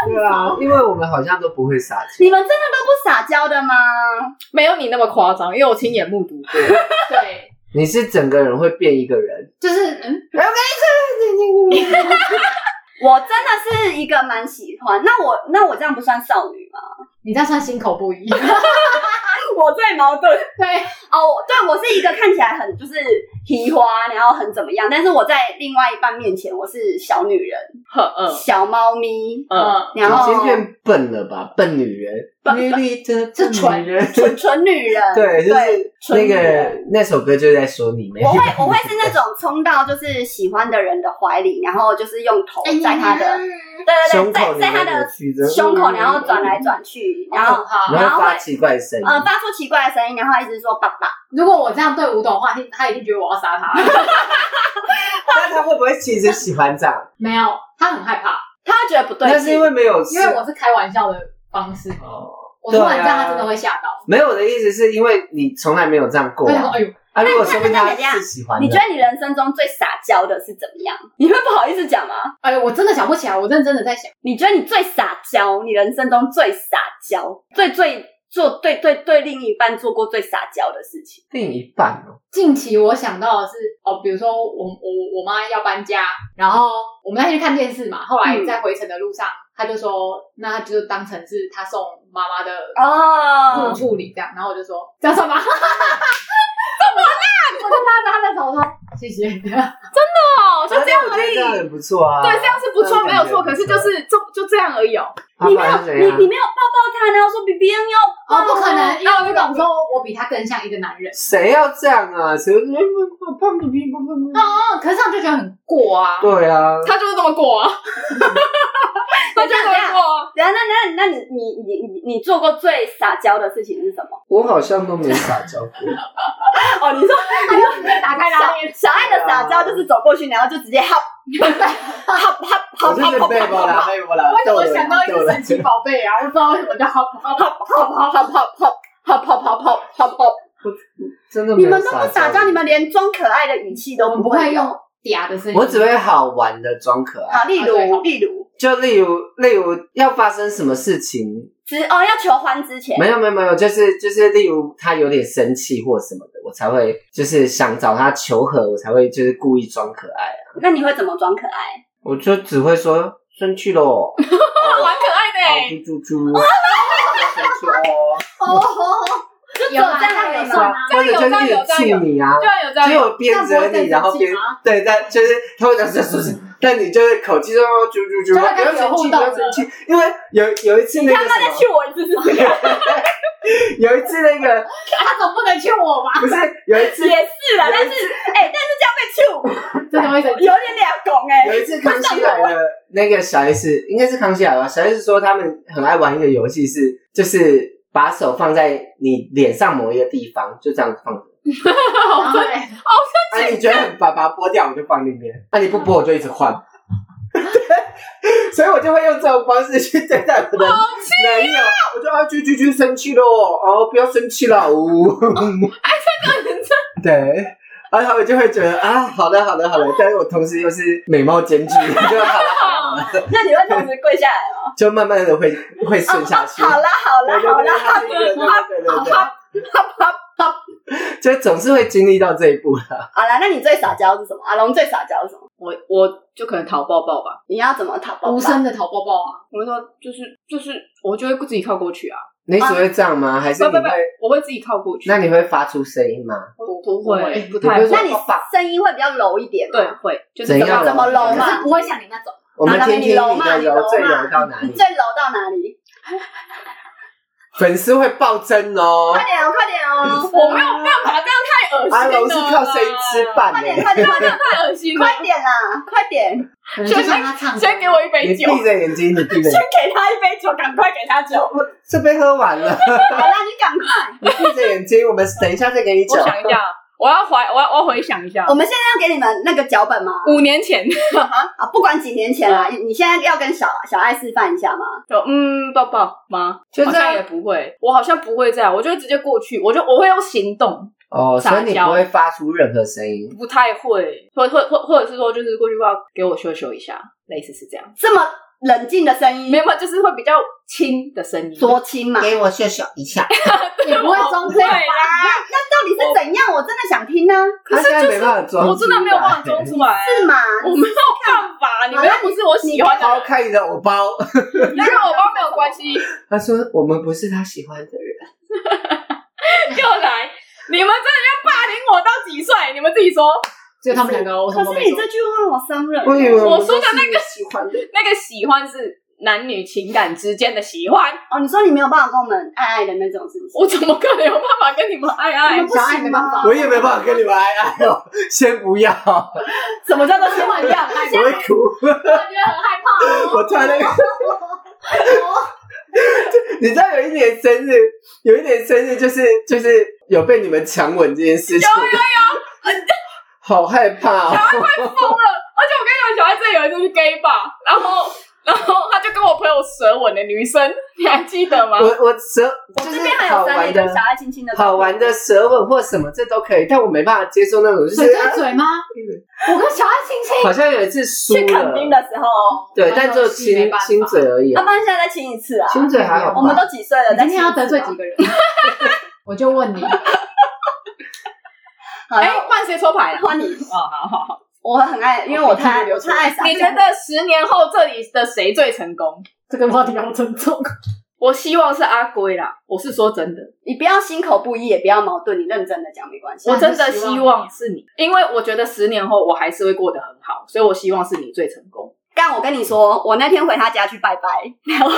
C: 对啊，因为我们好像都不会撒娇。
B: 你们真的都不撒娇的吗？
A: 没有你那么夸张，因为我亲眼目睹过。
D: 对，
C: 你是整个人会变一个人，
D: 就是嗯，
B: 我真的是一个蛮喜欢，那我那我这样不算少女吗？
D: 你这样算心口不一。
B: 我最矛盾
D: 对，
B: 哦，对我是一个看起来很就是皮花，然后很怎么样，但是我在另外一半面前我是小女人、
A: 呵嗯
B: 小猫咪，
A: 嗯，
D: 嗯，
B: 然后
C: 已经变笨了吧？笨女人，
B: 笨
C: 美丽的
D: 是蠢
C: 笨女人。
B: 纯纯女人，
C: 对就是
B: 对，纯
C: 那
B: 女人
C: 个那首歌就在说你，没
B: 我哦会我会是那种冲到就是喜欢的人的怀里，然后就是用头
D: 哎
B: 在他的，对对
C: 胸
B: 对，在
C: 口
B: 在他的
C: 的
B: 胸口，然后转来，转去，然后
D: 好。
C: 然
B: 然
C: 后
B: 后
C: 发
B: 会
C: 奇怪的声音。
B: 呃发出奇怪的声音，然后他一直说爸爸。
D: 如果我这样对吴董的话，他他一定觉得我要杀他。
C: 那他会不会其实喜欢这样？
D: 没有，他很害怕，
B: 他会觉得不对
C: 那
B: 劲，
C: 是因为没有事
D: 因为我是开玩笑的方式。
C: 哦，
D: 我突然
C: 对啊
D: 这样，他真的会吓到。
C: 没有我的意思是因为你从来没有这样过
D: 他就说：“
C: 啊。
D: 哎呦，
C: 啊如果说明
B: 那
C: 他
B: 那那那
C: 是喜欢的，
B: 你觉得你人生中最撒娇的是怎么样？你会不好意思讲吗？
D: 哎呦，我真的想不起来，我认真的在想。
B: 你觉得你最撒娇，你人生中最撒娇，最最做对对对另一半做过最撒娇的事情？
C: 另一半哦？
D: 近期我想到的是，哦，比如说我我我妈要搬家，然后我们那天去看电视嘛，后来
B: 嗯
D: 在回程的路上，她就说，那她就当成是她送妈妈的
B: 哦
D: 入处理这样，然后我就说这样算吗？ 怎么 烂？我就拉着她的手说谢谢。
A: 哦，就这样
C: 啊那我觉
A: 而
C: 得
A: 已
C: 这。样很不错啊。
A: 对，这样是不错，
C: 这
A: 没
C: 样
A: 有
C: 感觉
A: 错。
C: 不
A: 可是就是就就这样而已哦。
C: 他
B: 你没
C: 本来
B: 有你
C: 是怎样
B: 你没有抱抱他，然后说 B B 要
D: 哦，
B: 抱
D: 不可能，
B: 我
D: 因为我就懂说，我比他更像一个男人。
C: 谁要这样啊？谁会我胖不平不胖不
D: 哦，可是这样就觉得很过啊。
C: 对啊，
A: 他就是这么过啊， 他就是这么过啊。
B: 等一下，那那那你你你你你做过最撒娇的事情是什么？
C: 我好像都没撒娇过。
B: 哦，你说
D: 他就直接打开拉 链，
B: 小爱的撒娇就是走过去，然后就直接哈哈哈哈
C: 我就
B: 哈
C: 是背包啦，
B: 哈
C: 背包啦。
D: 为什么
C: 逗人
D: 想到一
C: 逗
D: 只
C: 人
D: 神奇宝贝啊？我不知道为什么叫好不
B: 哈
D: 好。
B: 哈哈哈哈哈哈哈哈！
C: 真的没
B: 你
C: 有
B: 们都不撒娇，
C: 过
B: 你们连装可爱的语气
D: 我
B: 都
D: 们
B: 不
D: 不
B: 会
D: 会
B: 用。
D: 用嗲的声音，
C: 我只会好玩的装可爱。
B: 好，例如例如，
C: 就例如，例如要发生什么事情，
B: 只哦要求欢之前，
C: 没有没有没有，就是就是例如他有点生气或什么的，我才会就是想找他求和，我才会就是故意装可爱啊。
B: 那你会怎么装可爱？
C: 我就只会说生气 喽，
A: 蛮可爱的哎、
C: 哦猪猪 猪，生气哦，
B: 哦，就只有这样
D: 有啊
B: 没
D: 吗
B: 算吗？
C: 或者就是也气你啊，
A: 居然有这
C: 只
A: 样，
C: 有鞭责你，然后鞭对，但就是他会讲是是是，但你就是口气说哦啾啾啾，
D: 就
C: 不
D: 会开
C: 要
D: 始有
C: 生
D: 互
C: 气，
D: 动
C: 不要生气，因为有有一次那个
A: 他在
C: 什
A: 去我一次是啊这样，
C: 么， 有一次那个
D: 他总不能劝我 吧？
C: 不是有一次
B: 也是啦，但是哎，但是
D: 真的会生
B: 这样被
D: 气。
B: 有点两拱哎
C: 有。一次康熙来了，那个小 S 应该是康熙来了吧，小 S 说他们很爱玩一个游戏是就是把手放在你脸上某一个地方，就这样放着。
D: 然后嘞
C: 啊，你觉得很烦，把它剥掉，我就放那边；啊，你不 剥，我就一直换。对，所以我就会用这种方式去对待我的男友。 我就啊，啾啾啾，生气咯，哦，不要生气啦，呜、哦。哎，这个人真 对。然后他们就会觉得啊，好的，好的，好的，但是我同时又是美貌兼具， 就好了，好了，好了，
B: 那你会同时跪下 来吗？
C: 就慢慢的会会顺下去。
B: 好啦好
C: 对
B: 啦
C: 对
B: 好
C: 对，
B: 啦，
C: 它是一个对对对对
B: 好
C: 对，就总是会经历到这一步啦。
B: 好啦，那你最撒娇是什么？阿龙最撒娇是什么？
A: 我我就可能讨抱抱吧。
B: 你要怎么讨抱？
D: 无声的讨抱抱啊，
A: 我会说就是就是，我就会自己靠过去啊，
C: 你只会这样吗？还是
A: 不
C: 你
A: 不不
C: 会？，
A: 我会自己靠过去。
C: 那你会发出声音吗？
A: 不不
D: 会
A: 会不
C: 你
A: 太
C: 不是
A: 会
C: 说
B: 那你声音会比较柔一点吗，
A: 对会就是
C: 怎
A: 怎
C: 样
A: 么
B: 怎么柔
C: 对
D: 可
B: 嘛
D: 是？不会像你那种。
C: 我们
B: 好
C: 听听你
B: 那你揉嘛
C: 的
B: 你揉
C: 揉
B: 嘛
C: 最揉到哪
B: 你
C: 里？
B: 最柔到哪里？
C: 粉丝会暴增哦
B: 快！点哦，快点哦！
A: 我没有办法，这样
C: 阿
A: 太恶心了。
C: 龙是啊靠声音吃饭
B: 快点，
C: 的，
B: 快点，快 点，
A: 太恶心了。
B: 快点啦！快点，
D: 就像他唱歌，
A: 先给我一
C: 你
A: 杯酒，
C: 闭着眼睛，你闭着眼睛，
B: 给他一杯酒，赶快给他酒。好
C: 这杯喝完了，
B: 啦，你赶快。
C: 你闭着眼睛，我们等一下再给你
A: 我
C: 讲。
A: 想一下，我要怀我要我要回想一下
B: 我，们现在要给你们那个脚本吗？
A: 五年前
B: 啊，不管几年前啦，你现在要跟小小爱示范一下吗？
A: 就嗯抱抱吗？
C: 就
A: 好
C: 这
A: 像
C: 样
A: 也不会，我好像不会这样，我就会直接过去，我就我会用行动，
C: 哦，所以你
A: 撒娇
C: 不会发出任何声音，
A: 不太会，或或或或者是说就是过去话给我羞羞一下，类似是这样，
B: 这么冷静的声
A: 没
B: 音，
A: 有没有就是会比较轻的声音，
B: 多轻嘛？
C: 我秀秀一下。
D: 也不会装这
A: 对
D: 样
A: 啦，
D: 吧。
B: 到底是怎样？我真的想听呢，
C: 他现在没办法装，
A: 我真的没有办法装。出来，
B: 是吗？
A: 我没有办法，你们又不是我喜欢的
C: 抛
A: 人，
C: 开你的偶包，
A: 那跟我包没有关系，
C: 他说我们不是他喜欢的人。
A: 又来，你们真的要霸凌我到几岁？你们自己说，
D: 只有他们两个，我什
B: 可
D: 么都
B: 是
D: 没
B: 你
D: 做
B: 这。句话好伤人
C: 我以为
B: 哦。
C: 们
A: 我说的那个
C: 都是喜欢的人，
A: 那个喜欢是男女情感之间的喜欢，
B: 哦，你说你没有办法跟我们爱爱的那种，是不是？
A: 我怎么可能有办法跟你们爱
B: 你
A: 爱
B: 们？不行吗？
C: 我也没办法跟你们爱爱哦， 先不要，
B: 什么叫做
D: 千万不要害
C: 我会
D: 怕，
C: 哭。
D: 我觉得很害怕哦。
C: 我突然那个， 你知道有一年生日，有一年生日就是就是有被你们强吻这件事情，有有有， 好害怕哦！
A: 疯了！而且我跟你讲，小孩子有一次去 gay 吧，然后然后他就跟我朋友舌吻的女生，你还记得吗？
C: 我我舌就
B: 这
C: 是
B: 边还
C: 好
B: 有三
C: 玩
B: 个跟
C: 的
B: 小爱亲亲的照片
C: 好玩的舌吻或什么这都可以，但我没办法接受那种就是啊
D: 嘴对嘴吗？我跟小爱亲亲，
C: 好像有一次输
B: 去垦丁
C: 了，
B: 的时候，
C: 对，但只有亲亲嘴而已
B: 要
C: 啊
B: 不，然现在再亲一次啊！
C: 亲嘴还好吧，
B: 我们都几岁了，
D: 你今天要
B: 再
D: 得
B: 亲一次啊吧
D: 罪几个 人？我就问你，
B: 好
A: 哎
B: 了，，
A: 换谁抽牌啊？
B: 换你。
A: 哦，好好好。
B: 我很爱，因为我太
D: 我
B: 我太爱傻
A: 你觉得十年后这里的谁最成功？
D: 这个话题好沉 重。
A: 我希望是阿龟啦，我是说真的，
B: 你不要心口不一，也不要矛盾，你认真的讲没关系。
A: 我
D: 那
A: 真
D: 就
A: 的
D: 希望
A: 希望啊是你，因为我觉得十年后我还是会过得很好，所以我希望是你最成功。
B: 但我跟你说，我那天回他家去拜拜，然后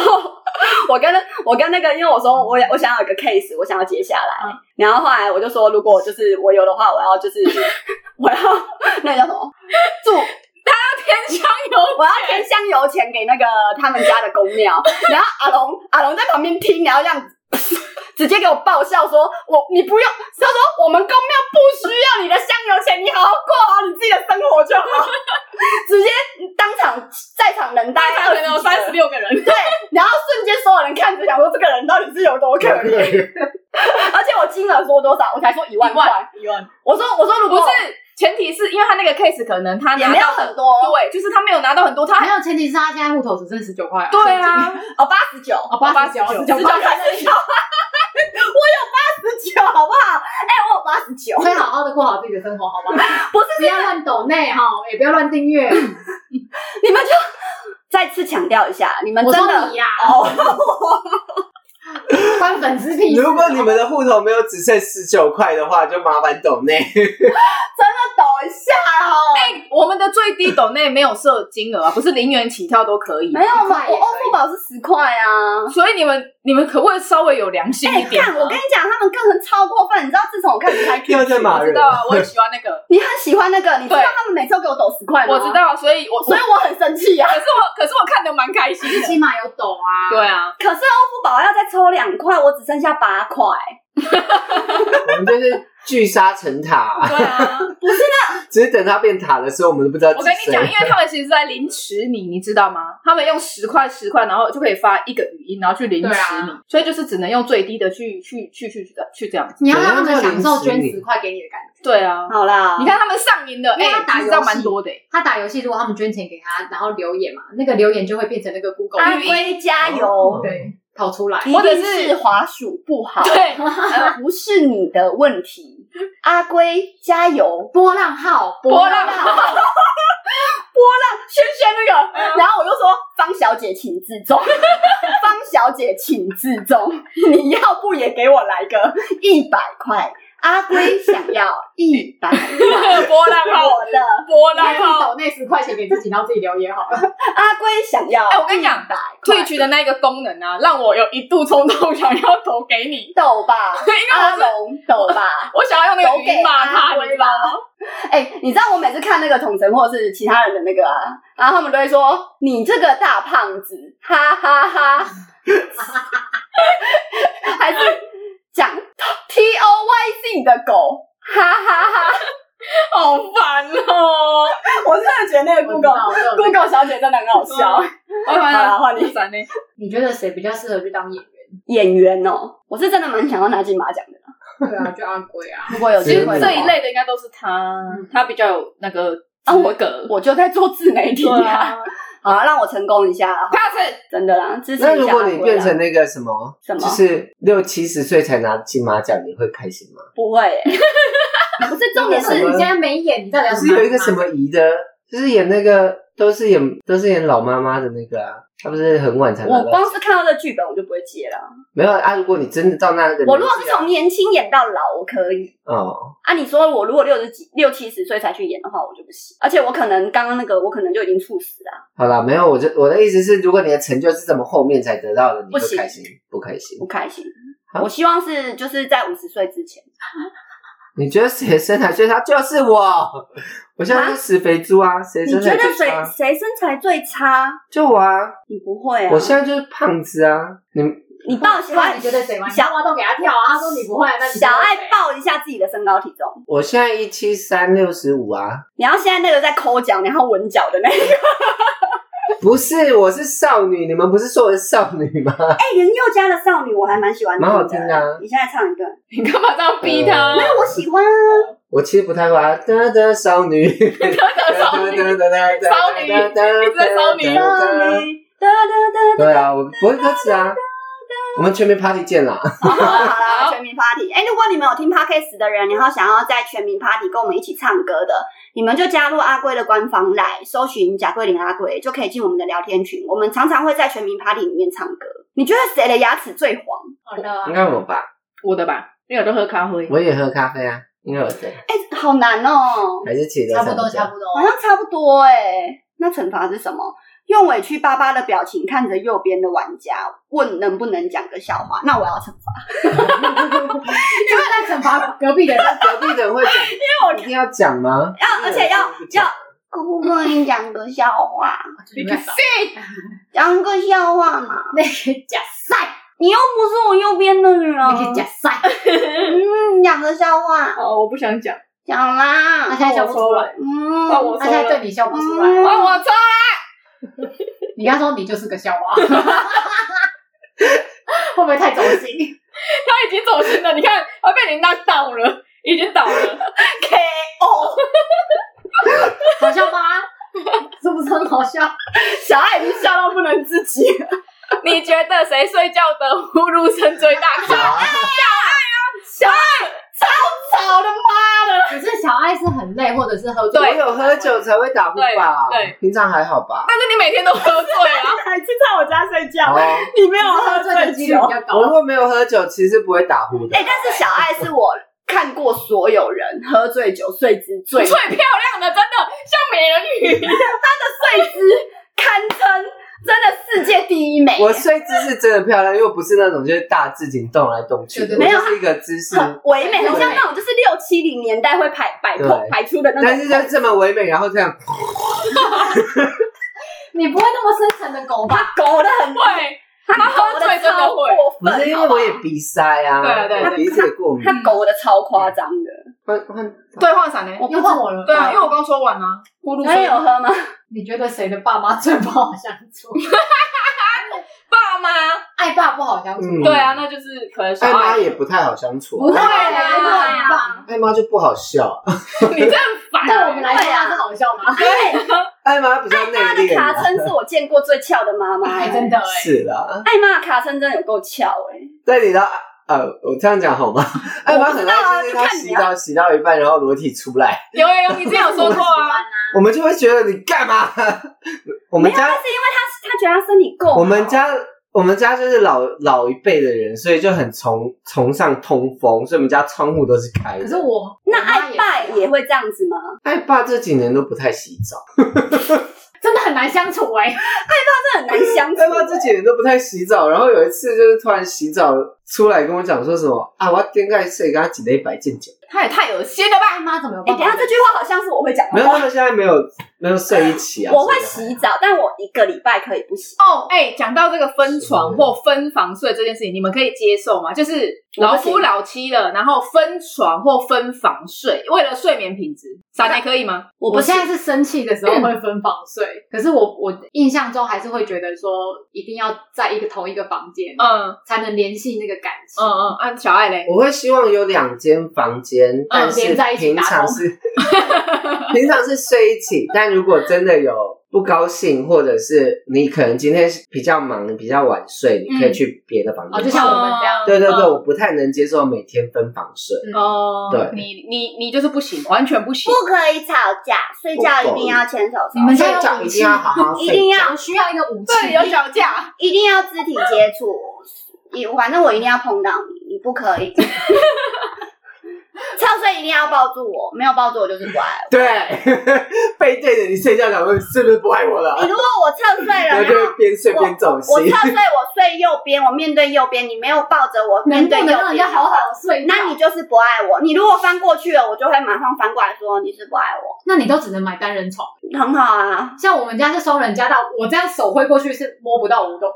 B: 我跟我跟那个，因为我说我也我想要有一个 case，我想要接下来，然后后来我就说，如果就是我有的话，我要就是 我要那个叫什么，
A: 天香油
B: 我要添香油钱给那个他们家的公 庙，然后阿龙阿龙在旁边听，然后这样子。 直接给我爆笑说，我你不用，他说我们公庙不需要你的香油钱，你好好过啊好你自己的生活就好。 直接当场在场人大概
A: 大概能哎有
B: 20几个
A: 三十六个人，
B: 对，然后瞬间所有人看着想说这个人到底是有多可怜， 而且我金额说多少，我才说一万块，
A: 一万，
B: 我说我说如
A: 不
B: 果
A: 是。前提是因为他那个 case 可能他
B: 也
A: 拿
B: 没有
A: 到
B: 很
D: 哦
B: 多，
A: 对，就是他没有拿到很多，他
D: 没有，前提是他现在户头只剩十九块。
A: 对，啊，
B: 哦八十九，
D: 哦，八十九，
A: 89
D: 十九块。
B: 十九，十九好不好？哎、我有八十九，
D: 所以好好的过好自己的生活，好吗？
B: 不是
D: 不要乱抖内哈，也不要乱订阅。
B: 你们就再次强调一下，你们
D: 我
B: 真
D: 说
B: 的
D: 你呀，
B: 哦，
D: 关粉丝哦屁事。
C: 如果你们的户头没有只剩十九块的话，就麻烦抖 内。
B: 抖一下哦。
A: 我们的最低抖内没有设金额啊，不是零元起跳都可以。
B: 没有
D: 一
B: 嘛，
D: 块
B: 我
D: 也
B: 欧
D: 可以
B: 付宝是十块啊。
A: 所以你们你们可不可以稍微有良心
B: 哎、
A: 一点啊？
B: 看我跟你讲，他们更很超过分。你知道，自从我开始开 Twitch，
C: 又在骂
A: 我
C: 人
A: 知道，啊，我很喜欢那个，
B: 你很喜欢那个，你知道
A: 对
B: 他们每次都给我抖十
D: 啊
B: 块吗？
A: 我知，道，啊所以我
B: 所以我很生气呀、啊。
A: 可是我可是我看的蛮开心 的。
D: 起码有抖啊。
A: 对啊，
B: 可是欧付宝要再抽两块，我只剩下八块。
C: 我们就是聚沙成塔，
A: 对啊，
C: 只是等它变塔的时候，我们都不知道几
A: 我跟你
C: 岁
A: 讲，。因为他们其实在凌迟你，你知道吗？他们用十块十块，然后就可以发一个语音，然后去凌迟
D: 对啊
A: 你，所以就是只能用最低的去去去去去的去这样子。
D: 你要让他们享受捐十块给你的感觉。
A: 对啊，
B: 好啦，
A: 你看他们上瘾的，
D: 因为他
A: 哎，其
D: 打游
A: 实
D: 戏
A: 这样蛮多的。哎
D: 他打游戏，如果他们捐钱给他，然后留言嘛，那个留言就会变成那个 Google
C: 啊
B: 阿龟加油，
D: 对跑出来。
A: 或者
B: 一定
A: 是
B: 是滑鼠不好，
A: 对，
B: 呃不是你的问题。阿龟加油，
D: 波浪号，
A: 波浪
D: 号，
B: 轩轩那个，
A: 嗯
B: 然后我就说方小姐请自重， 方小姐请自重，你要不也给我来个一百块？阿龟想要一百块，
A: 波浪号，
B: 我的
A: 波
D: 那
A: 浪
D: 自己
A: 号。
D: 抖那十块钱给自己，然后自己留言好 了。
B: 阿龟想要，
A: 哎我跟你讲
B: 百
A: 退群的那个功能啊，让我有一度冲动想要投给你，
B: 抖吧，
A: 因为
B: 阿
A: 我是
B: 龙抖吧。
A: 我想要用那个
B: 抖
A: 语
B: 给
A: 音骂
B: 阿
A: 他，你
B: 龟
A: 知道
B: 啊吧
A: 吗？！
B: 哎、你知道我每次看那个统神或是其他人的那个啊，然后他们都会说你这个大胖子，哈哈哈 还是讲 T O Y Z 的狗，哈哈哈
A: 好烦哦！
B: 我真的觉得那个
D: 我知道
B: Google
D: 我知道
B: Google 嗯小姐真的很好笑。
A: 好烦
B: 好啦
A: 啊！
B: 换你
A: 闪嘞！
D: 你觉得谁比较适合去当演员？
B: 演员哦，我是真的蛮想要拿金马奖的。
D: 对啊，就阿龟啊。
B: 如果有
A: 其
B: 机
A: 实
B: 会的话，
A: 这一类的应该都是他，他比较有那个
B: 啊
A: 资格。
B: 我就在做自媒体
A: 对
B: 啊。
A: 啊，
B: 好啦，让我成功一下啦，
A: pass
B: 真的啦，支持一下
C: 那如果你
B: 阿龟啦
C: 变成那个什么，
B: 什么
C: 就是六七十岁才拿金马奖，你会开心吗？
B: 不会、欸， 不是重点
D: 但
B: 是
D: 是哎你现在没演，你到底要
B: 啊
C: 不
D: 怎
C: 是
D: 么
C: 有一个什么姨的，就是演那个都是演都是演老妈妈的那个啊，她不是很晚才拿
B: 我
C: 到。
B: 光是看到这剧本我就不会接了。
C: 没有啊，如果你真的到那个年纪啊，
B: 我如果是从年轻演到老，我可以。
C: 哦，
B: 啊，你说我如果六十几、六七十岁才去演的话，我就不行。而且我可能刚刚那个，我可能就已经猝死了啊，
C: 好啦，没有，我就我的意思是，如果你的成就是这么后面才得到的，你
B: 不
C: 会
B: 行
C: 开心不开心
B: 不？开心。
C: 啊
B: 我希望是就是在五十岁之前，
C: 你觉得谁生来最差就是我？我现在是死肥猪啊，谁
B: 你
C: 生
B: 觉
C: 来
B: 得
C: 最
B: 谁
C: 差？
B: 谁身材最差？
C: 就我啊，
B: 你不会啊？
C: 我现在就是胖子啊。你
B: 你抱喜
D: 那
B: 欢
D: 你觉得谁吗？你
B: 小
D: 要挖洞给他跳啊！他说你不会，那你觉得谁
B: 小爱报一下自己的身高体重。
C: 我现在一七三六十五啊，
B: 你要现在那个在抠脚，然后闻脚的那 个，
C: 不是，我是少女，你们不是说我是少女吗？
B: 哎、林宥嘉的少女我还蛮喜欢，
C: 蛮好听的啊
B: 你现在唱一段，
A: 你干嘛这样逼他？
C: 呃
B: 我喜欢啊。
C: 我其实不太会啊，哒哒少女，哒
A: 少女
C: 哒哒哒
A: 少女一直在少女
B: 少女哒哒
C: 对啊，我不会歌词啊。我们全民 party 见啦！
B: 哒。好啦好啦，全民 Party。哎，如果你们有听 Podcast 的人，然后想要在全民 Party 跟我们一起唱歌的，你们就加入阿龟的官方来，搜寻贾桂林阿龟，就可以进我们的聊天群。我们常常会在全民 Party 里面唱歌。你觉得谁的牙齿最黄？
D: 好的
C: 应该我吧，
A: 我的吧，因为我都喝咖啡。
C: 我也喝咖啡啊，应该我的，
B: 哎，好难哦，
C: 还是其实
D: 差不多，差
C: 多。
D: 不
B: 好
D: 多。
B: 像差不多哎。那惩罚是什么？用委屈巴巴的表情看着右边的玩家，问能不能讲个笑话？那我要惩罚。
D: 因为在惩罚隔壁的人，
C: 隔壁的人会讲，因为我一定要讲吗？
B: 要而且要要，姑姑跟你讲个笑话，
A: 你去
D: 那 个
A: 信
B: 讲个笑话嘛。
D: 假赛，
B: 你又不是我右边的人，
D: 那个假赛，
B: 嗯，讲个笑话，
A: 哦，我不想讲，
B: 讲啦
D: 他。现在笑不出来，
B: 嗯，
A: 那我
D: 他现在对你笑不出来。
B: 嗯
A: 哦，我操！
D: 你跟他说你就是个笑话， 会不会太走心？
A: 他已经走心了，你看，他被你 knock down 了，已经倒了。
B: KO
D: 好笑吗？是不是很好笑？
B: 小爱已经笑到不能自己了。
A: 你你觉得谁睡觉的呼噜声最大？
B: 操的妈的！
D: 可是小爱是很累，或者是喝醉。
A: 对
C: 我有喝酒才会打呼吧？
A: 对对
C: 平常还好吧？
A: 但是你每天都喝醉啊，
B: 还去在我家睡觉，
C: 哦，
B: 你没有
D: 喝
B: 喝
D: 醉的
B: 醉
D: 几率
B: 酒。
D: 比较
C: 我如
D: 高。
C: 果没有喝酒，其实不会打呼的
B: 哎、。但是小爱是我看过所有人喝醉酒睡姿最
A: 最漂亮的，真的像美人鱼。
B: 睡姿堪称真的世界第一美。
C: 我睡姿是真的漂亮，因为我不是那种就是大字颈动来动去的，
D: 对对
C: 我
B: 对
C: 就是一个 姿势，
B: 很唯美，很
C: 对
B: 像那种就是六七零年代会排摆
C: 对
B: 脱排出的那种。
C: 但是就这么唯美，然后这样，
D: 你不会那么深沉的狗吧？
B: 他狗的很，
A: 会，
B: 他狗
A: 喝醉真的
B: 超
A: 会
B: 过
C: 不
B: 分，
C: 是因
B: 好
C: 为
B: 不好
C: 我也鼻塞啊，
A: 对对对
C: 我鼻子也 过敏。
B: 他狗的超夸张的。
C: 换换
A: 对换伞呢？
B: 我
D: 又换我了。
A: 对啊，因为我刚说完啊，呼噜
B: 那你有
A: 声。
B: 喝吗？
D: 你觉得谁的爸妈最不好相处？
A: 爸妈，
D: 爱爸不好相处。
C: 嗯
A: 对啊，那就是哎可能小
C: 艾妈
A: 爱。
C: 也不太好相处
D: 不
C: 啊，
D: 会
A: 啊
D: 不会很棒。
C: 艾妈就不好笑，
A: 你这样烦
D: 对我
A: 啊。
D: 们来说，它是好笑吗？
B: 对，
C: 艾妈比较内
B: 她的
C: 敛
B: 卡
C: 啊。
B: 称是我见过最翘的妈妈、
D: 哎，
B: 欸。
D: 真的哎。
C: 是啦，
B: 艾玛的卡称真的有够翘哎、
C: 但你知道，呃，我这样讲好 吗？艾妈很
B: 啊
C: 爱就是她洗澡洗到一半，然后裸体出来，
A: 有有有，你之前有说过啊。
C: 我们就会觉得你干嘛？ 我
B: 没
C: 们
B: 有，
C: 家
B: 但是因为她她觉得她身体够好
C: 我们家我们家就是老老一辈的人，所以就很崇崇尚通风，所以我们家窗户都是开
D: 可
C: 的。
D: 是我
B: 那
D: 我妈
B: 艾爸
D: 也是啊
B: 也会这样子吗？
C: 艾爸这几年都不太洗澡，
D: 真的很难相处哎。
B: 这很难 相处、
C: 艾爸这
B: 欸。
C: 几年都不太洗澡。然后有一次就是突然洗澡出来跟我讲说什么啊，我要点盖水给他挤了一百件酒，
A: 他也太恶心了吧！
D: 艾妈怎么有
B: 哎、
D: 办
B: 等一下
D: 法
B: 这？句话好像是我会讲的
C: 没有
B: 话
C: 他们现在没有没有睡一起啊。
B: 我会
C: 所以
B: 洗澡，但我一个礼拜可以不洗。
A: 哦，哎，讲到这个分床
C: 是
A: 或分房睡这件事情，你们可以接受吗？就是老夫老妻了，然后分床或分房睡，为了睡眠品质，傻奶可以吗？
B: 我不
D: 我
B: 是嗯
D: 现在是生气的时候会分房睡，可是我我印象中还是会觉得说一定要在一个同一个房间，
A: 嗯
D: 才能联系那个感情。
A: 嗯嗯，按小爱嘞，
C: 我会希望有两间房间，但是
D: 嗯连在一起
C: 平
D: 打
C: 常
D: 工
C: 是平常是睡一起，但如果真的有不高兴，或者是你可能今天比较忙，你比较晚睡，你可以去别的房
D: 哦，
C: 间
D: 就
C: 睡。
D: 像我们这样，
C: 对对对，
A: 嗯
C: 我不太能接受每天分房睡。
A: 哦，
C: 对
A: 你你你就是不行，完全不行
B: 不。可以吵架，睡觉一定要牵手
D: 你们
B: 手，
D: 家
C: 睡
D: 有
C: 觉
D: 武
C: 一
D: 器
C: 定要好好睡
B: 一
C: 觉，
B: 定要
D: 我需要一个武器。
A: 对，有脚架，
B: 一定要肢体接触。你反正我一定要碰到你，你不可 以。侧睡一定要抱住我，没有抱住我就是不爱
C: 对背对着你睡觉，想说是不是不爱我
B: 我。你
C: 了？
B: 如果我侧睡了，
C: 然
D: 啊
C: 后
B: 然
C: 就
B: 后
C: 会边睡边走
B: 我
C: 心。
B: 侧睡，我睡右边，我面对右边，你没有抱着我，
D: 能
B: 面
D: 不
B: 对右
D: 能让人
B: 边
D: 家好好睡？
B: 那你就是不爱我。你如果翻过去了，我就会马上翻过来说你是不爱我，
D: 那你都只能买单人床。
B: 很好啊。
D: 像我们家是双人家，到我这样手挥过去是摸不到我的。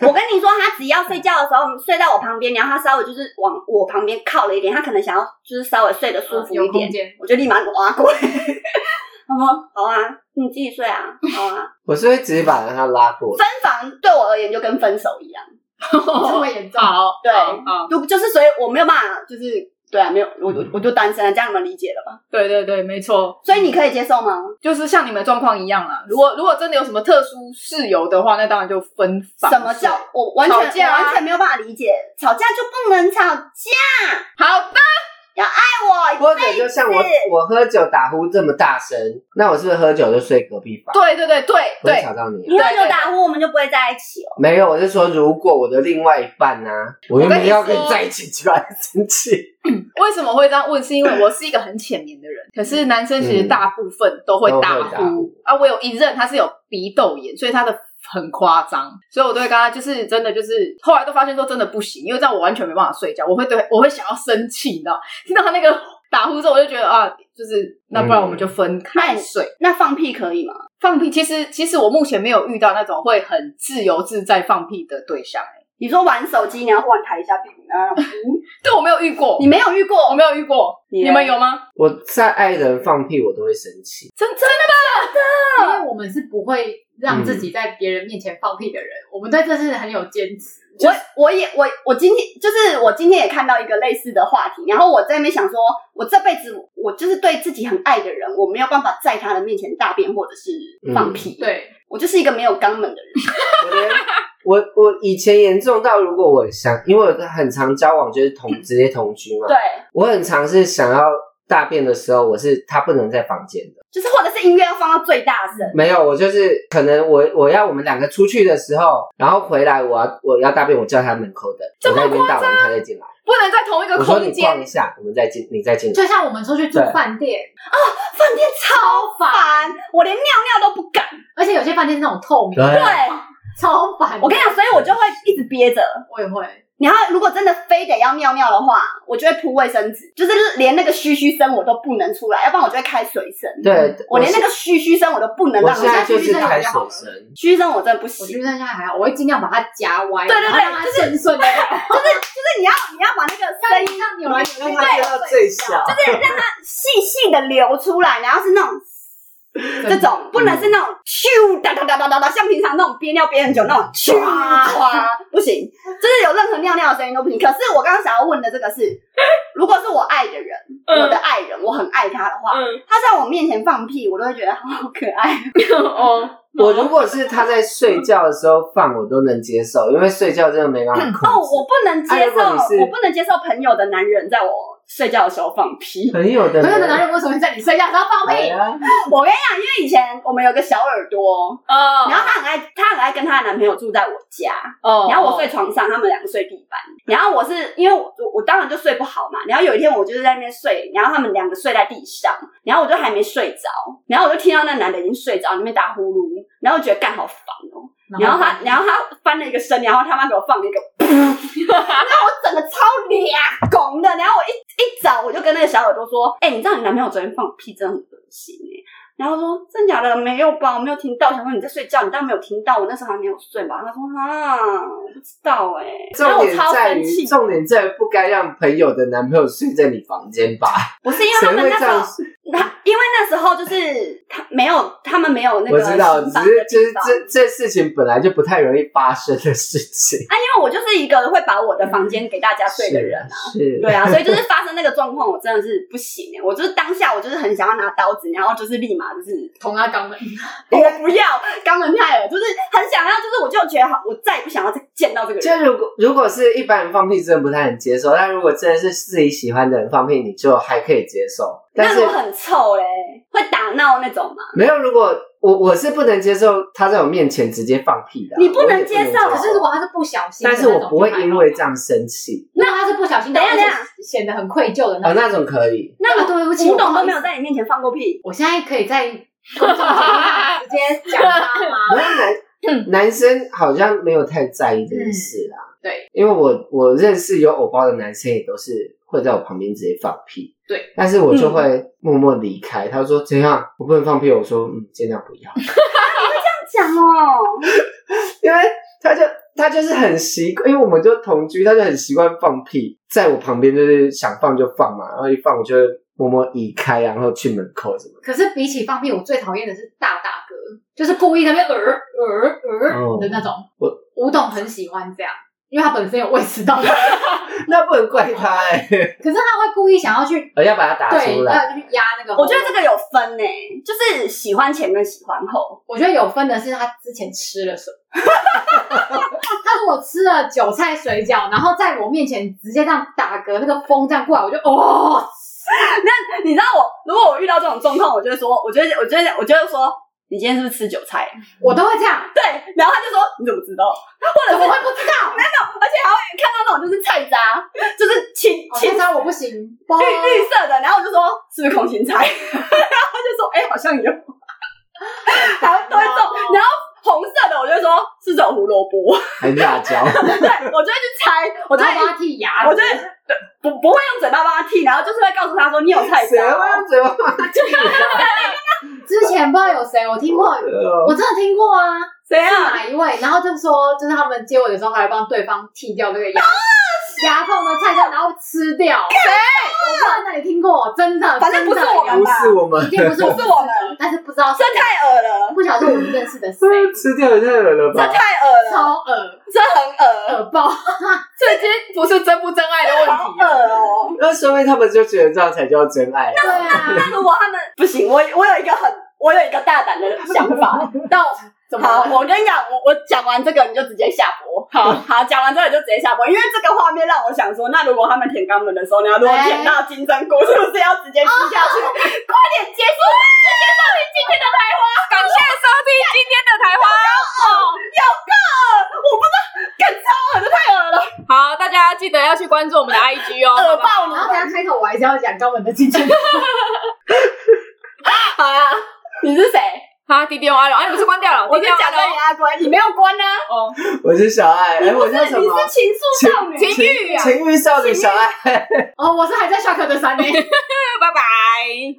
B: 我跟你说，他只要睡觉的时候睡在我旁边，然后他稍微就是往我旁边靠了一点，他可能想要就是稍微睡得舒服
D: 有
B: 一
D: 空
B: 点，
D: 间，
B: 我就立马挖过来。他说：“好啊，你自己睡啊，好啊。
C: 我是会直接把他拉过来
B: 分。房对我而言就跟分手一样，哦
D: 这么严重？
A: 好，
B: 对
A: 好好，
B: 就就是所以我没有办法，就是对啊，没有我我我就单身了，这样你们理解了吧？
A: 对对对，没错，
B: 所以你可以接受吗？
A: 就是像你们状况一样啦。如果如果真的有什么特殊事由的话，那当然就分房睡。
B: 什么叫我完全
A: 吵架啊
B: 我完全没有办法理解，吵架就不能吵架，
A: 好的？
B: 爱我
C: 或者就像我我喝酒打呼这么大声，那我是不是喝酒就睡隔壁房？
A: 对对对对
C: 不会
A: 对，
C: 吵到你啊。
B: 你喝
A: 对
B: 酒
A: 对
B: 打呼，我们就不会在一起哦。
C: 没有，我是说，如果我的另外一半呢、我又
A: 跟你
C: 没有要跟你
A: 说
C: 在一起，居然生气，
A: 为什么会这样问？是因为我是一个很浅眠的人，可是男生其实大部分都会大
C: 都会打
A: 呼、啊。我有一任他是有鼻窦炎，所以他的很夸张，所以我都会跟他就是真的就是后来都发现说真的不行，因为这样我完全没办法睡觉，我会对我会想要生气，你知道？听到他那个打呼之后，我就觉得啊，就是那不然我们就分开睡。
B: 那放屁可以吗？
A: 放屁，其实其实我目前没有遇到那种会很自由自在放屁的对象、欸，
B: 你说玩手机，你要忽然抬一下屁股，然后
A: 对我没有遇过
B: 你，没有遇过
A: 我没有遇过，
B: 你嘞
A: 你们有吗？
C: 我再爱人放屁我都会生气。
A: 真真
B: 嗯
D: 因为我们是不会让自
C: 嗯
D: 己在别人面前放屁的人，我们对这是很有坚持。
B: 我我也我我今天就是我今天也看到一个类似的话题，然后我在那边想说，我这辈子我就是对自己很爱的人，我没有办法在
C: 嗯
B: 他的面前大便或者是放屁，
D: 对，
B: 我就是一个没有肛门的人。
C: 我连我我以前严重到，如果我想，因为我很常交往就是同直接同居嘛，
B: 对，
C: 我很常是想要大便的时候，我是他不能在房间的，
B: 就是或者是音乐要放到最大声，
C: 没有，我就是可能我我要我们两个出去的时候，然后回来我要我要大便，我叫他门口等，
A: 这
C: 我
A: 么
C: 在那边大完他再进来，
A: 不能在同一个
C: 我说你
A: 空
C: 逛
A: 间
C: 一。下，我们再进你再进来，
D: 就像我们出去住
C: 对
D: 饭店，
B: 饭店超
D: 超烦，
B: 烦，我连尿尿都不敢。
D: 而且有些饭店是那种透明，
C: 对
B: 对，
D: 超烦。
B: 我跟你讲，所以我就会一直憋着。
D: 我也会，
B: 然后，如果真的非得要尿尿的话，我就会铺卫生纸，就是连那个嘘嘘声我都不能出来，要不然我就会开水声。
C: 对，
B: 我连
C: 是
B: 那个嘘嘘声我都不能
C: 我
B: 让
C: 现在
B: 人家
C: 就
B: 嘘
C: 是
B: 嘘声，
C: 开水声，
B: 嘘嘘声我真的不
D: 我
B: 行
D: 觉。得现在还好，我会尽量把它夹歪，
B: 对对对
D: 然后让它顺顺的，
B: 就是你要你要把那个声音
D: 让扭来扭去，
C: 让它变到最小，
B: 细细的流出来，然后是那种这种，不能是那种咻哒哒哒哒哒哒，像平常那种憋尿憋很久那种咻哇，不行，就是有任何尿尿的声音都不行。可是我刚刚想要问的这个 是，如果是我爱的人，我的爱人，我很爱他的话，
A: 嗯
B: 他在我面前放屁，我都会觉得 好可爱。
A: 哦，
C: 我如果是他在睡觉的时候放，我都能接受，因为睡觉真的没办法 控制。
B: 哦，我不能
C: 啊
B: 接
C: 如
B: 受，
C: 果你是
B: 哎我不能接受朋友的男人在我睡觉的时候放 屁。
C: 朋友的
D: 朋友的男人为什么会在你睡觉的时候放
C: 哎
D: 屁？
C: 呀，
B: 我跟你讲，因为以前我们有个小耳朵，
A: 哦
B: 然后她很爱，她很爱跟她的男朋友住在我家，
A: 哦
B: 然后我睡床上，他们两个睡地板。然后我是因为我我我当然就睡不好嘛。然后有一天我就是在那边睡，然后他们两个睡在地上，然后我就还没睡着，然后我就听到那男的已经睡着，那边打呼噜，然后我觉得干好烦哦。然后他，然后他翻了一个身，然后他妈给我放了一个， 那我整个超俩拱的。然后我一一早我就跟那个小耳朵说：“哎、你知道你男朋友昨天放屁真的很恶心哎、然后说：“真假的？没有吧，我没有听到。”我想说你在睡觉，你当然没有听到，我那时候还没有睡吧。他说：“啊，我不知道哎、然后
C: 重
B: 我
C: 点
B: 超
C: 在
B: 生
C: 于
B: 气，
C: 重点在于不该让朋友的男朋友睡在你房间吧？
B: 不是因为
C: 谁
B: 他
C: 会
B: 们那
C: 这
B: 时
C: 样
B: 候？，那因为那时候就是他没有，他们没有那个
C: 我知道，只
B: 心房
C: 是
B: 的地
C: 就是
B: 方
C: 这这事情本来就不太容易发生的事情。
B: 啊，因为我就是一个会把我的房间给大家睡的人啊。
C: 是
B: 对啊，所以就是发生那个状况，我真的是不行欸我就是当下，我就是很想要拿刀子，然后就是立马 就是，哦
D: 捅他肛门，
B: 我不要肛门太了，就是很想要，就是我就觉得好，我再也不想要再见到这个人。
C: 就如果如果是一般人放屁，真的不太能接受；但如果真的是自己喜欢的人放屁，你就还可以接受。但
B: 那
C: 是
B: 如果很臭嘞，会打闹那种吗？
C: 没有，如果我我是不能接受他在我面前直接放屁的啊、
B: 你不
C: 我也
B: 能
C: 能
B: 接
C: 接
B: 受
D: 可是如果他是不小心的
C: 但
D: 那
C: 是
D: 种，
C: 我不会因为这
D: 样，
C: 样生气
D: 那他是不小心的，
B: 等一下
D: 而且
B: 等一
D: 显得很愧疚的
C: 啊、
D: 那
C: 哦，
D: 种。
C: 那种可以。
B: 那
D: 啊
B: 我
D: 对不起，
B: 古董
D: 我
B: 都没有在你面前放过屁，
D: 我现在可以在公众节目上直接讲他吗？
C: 然后男男生好像没有太在意这件事啦。
D: 对，
C: 因为我我认识有偶包的男生也都是会在我旁边直接放屁。
D: 对，
C: 但是我就会默默离开。他说怎样，我不能放屁。我说嗯，尽量不要，
B: 讲哦，
C: 因为他就他就是很习惯，因为我们就同居，他就很习惯放屁，在我旁边就是想放就放嘛，然后一放我就会默默移开，啊然后去门口什么的。
D: 可是比起放屁，我最讨厌的是大大哥，就是故意在那边呃呃
C: 哦
D: 呃的那种。
C: 我
D: 吴董很喜欢这样，因为他本身有胃食道炎，
C: 那不能怪他哎、
D: 可是他会故意想要去
C: 我要把它打
D: 对，
C: 出来。
D: 要去压那个喉咙。
B: 我觉得这个有分呢，就是喜欢前跟喜欢后，
D: 我觉得有分的是他之前吃了什么。他如果吃了韭菜水饺，然后在我面前直接这样打嗝，那个风这样过来，我就哦，
B: 你知道我，如果我遇到这种状况，我就会说，我就会，我就会，我就会说，你今天是不是吃韭菜？
D: 我都会这样，
B: 对，然后他就说你怎么知道？或者
D: 怎
B: 是
D: 么会不知道？
B: 而且还会看到那种就是菜渣，就是青
D: 哦
B: 青
D: 其实我不行，
B: 绿绿色的，然后我就说是不是空心菜？然后他就说哎、好像有，然后都会中。然后红色的我就会说是种胡萝卜，
C: 还是辣 椒，
B: 对我就会去猜，我
D: 我
B: 就
D: 就
B: 会
D: 要剔牙，
B: 我就会不不会用嘴巴帮他剃，然后就是会告诉他说你有菜
C: 谁
B: 渣。
C: 会用嘴巴骂自己啊？
D: 之前不知道有谁，我听过，
C: 哦
D: 我真的听过啊，
B: 谁啊？
D: 哪一位？然后就说，就是他们接吻的时候，还会帮对方剃掉那个
B: 啊
D: 牙牙缝的菜渣，然后吃掉。谁？我不知道那里听过，真的，
B: 反正不是我
D: 真
B: 们
C: 不
B: 吧，
C: 是我们
D: 的，一定不是
B: 不是我们，
D: 但是不知道是
B: 这太呃恶了，
D: 不晓得是我们认识的谁，
C: 吃掉也太恶了
B: 这
C: 吧！
B: 太恶了，
D: 超恶
B: 这很恶，
D: 恶爆。
A: 这已经不是真不真爱的问
B: 好
A: 题了。
B: 恶哦。
C: 那说明他们就觉得这样才叫真爱。
D: 对啊，
B: 那如果他们不行，我我有一个很我有一个大胆的想法，但
A: 怎么
B: 好，
A: 了？
B: 我跟你讲，我我讲完这个你就直接下播。好好，讲完这个你就直接下播，因为这个画面让我想说，那如果他们舔肛门的时候，你要如果舔到金针菇，是不是要直接吃下去？快点结束，直接到你今天的台花，
A: 感谢收听今天的台
B: 有够恶，我不知道，干超恶的太恶了，
A: 花。好，大家记得要去关注我们的 IG 哦。
B: 恶爆
D: 然
B: 了。
D: 后等一下开头我还是要讲高文的进阶，
B: 好啊，你是谁？
A: 好，弟弟用阿龙，哎，你不是关掉了？
B: 我
A: 弟
B: 就
A: 弟用
B: 讲
A: 阿
B: 跟
A: 龙
B: 你阿关，你没有关啊。
A: 哦，
C: 我是小爱，哎，我叫什
B: 你
C: 么？
B: 是情愫少女，
A: 情欲啊，
C: 情欲少女小爱。
D: 哦，我是还在 shock 的三呢。
A: 拜拜。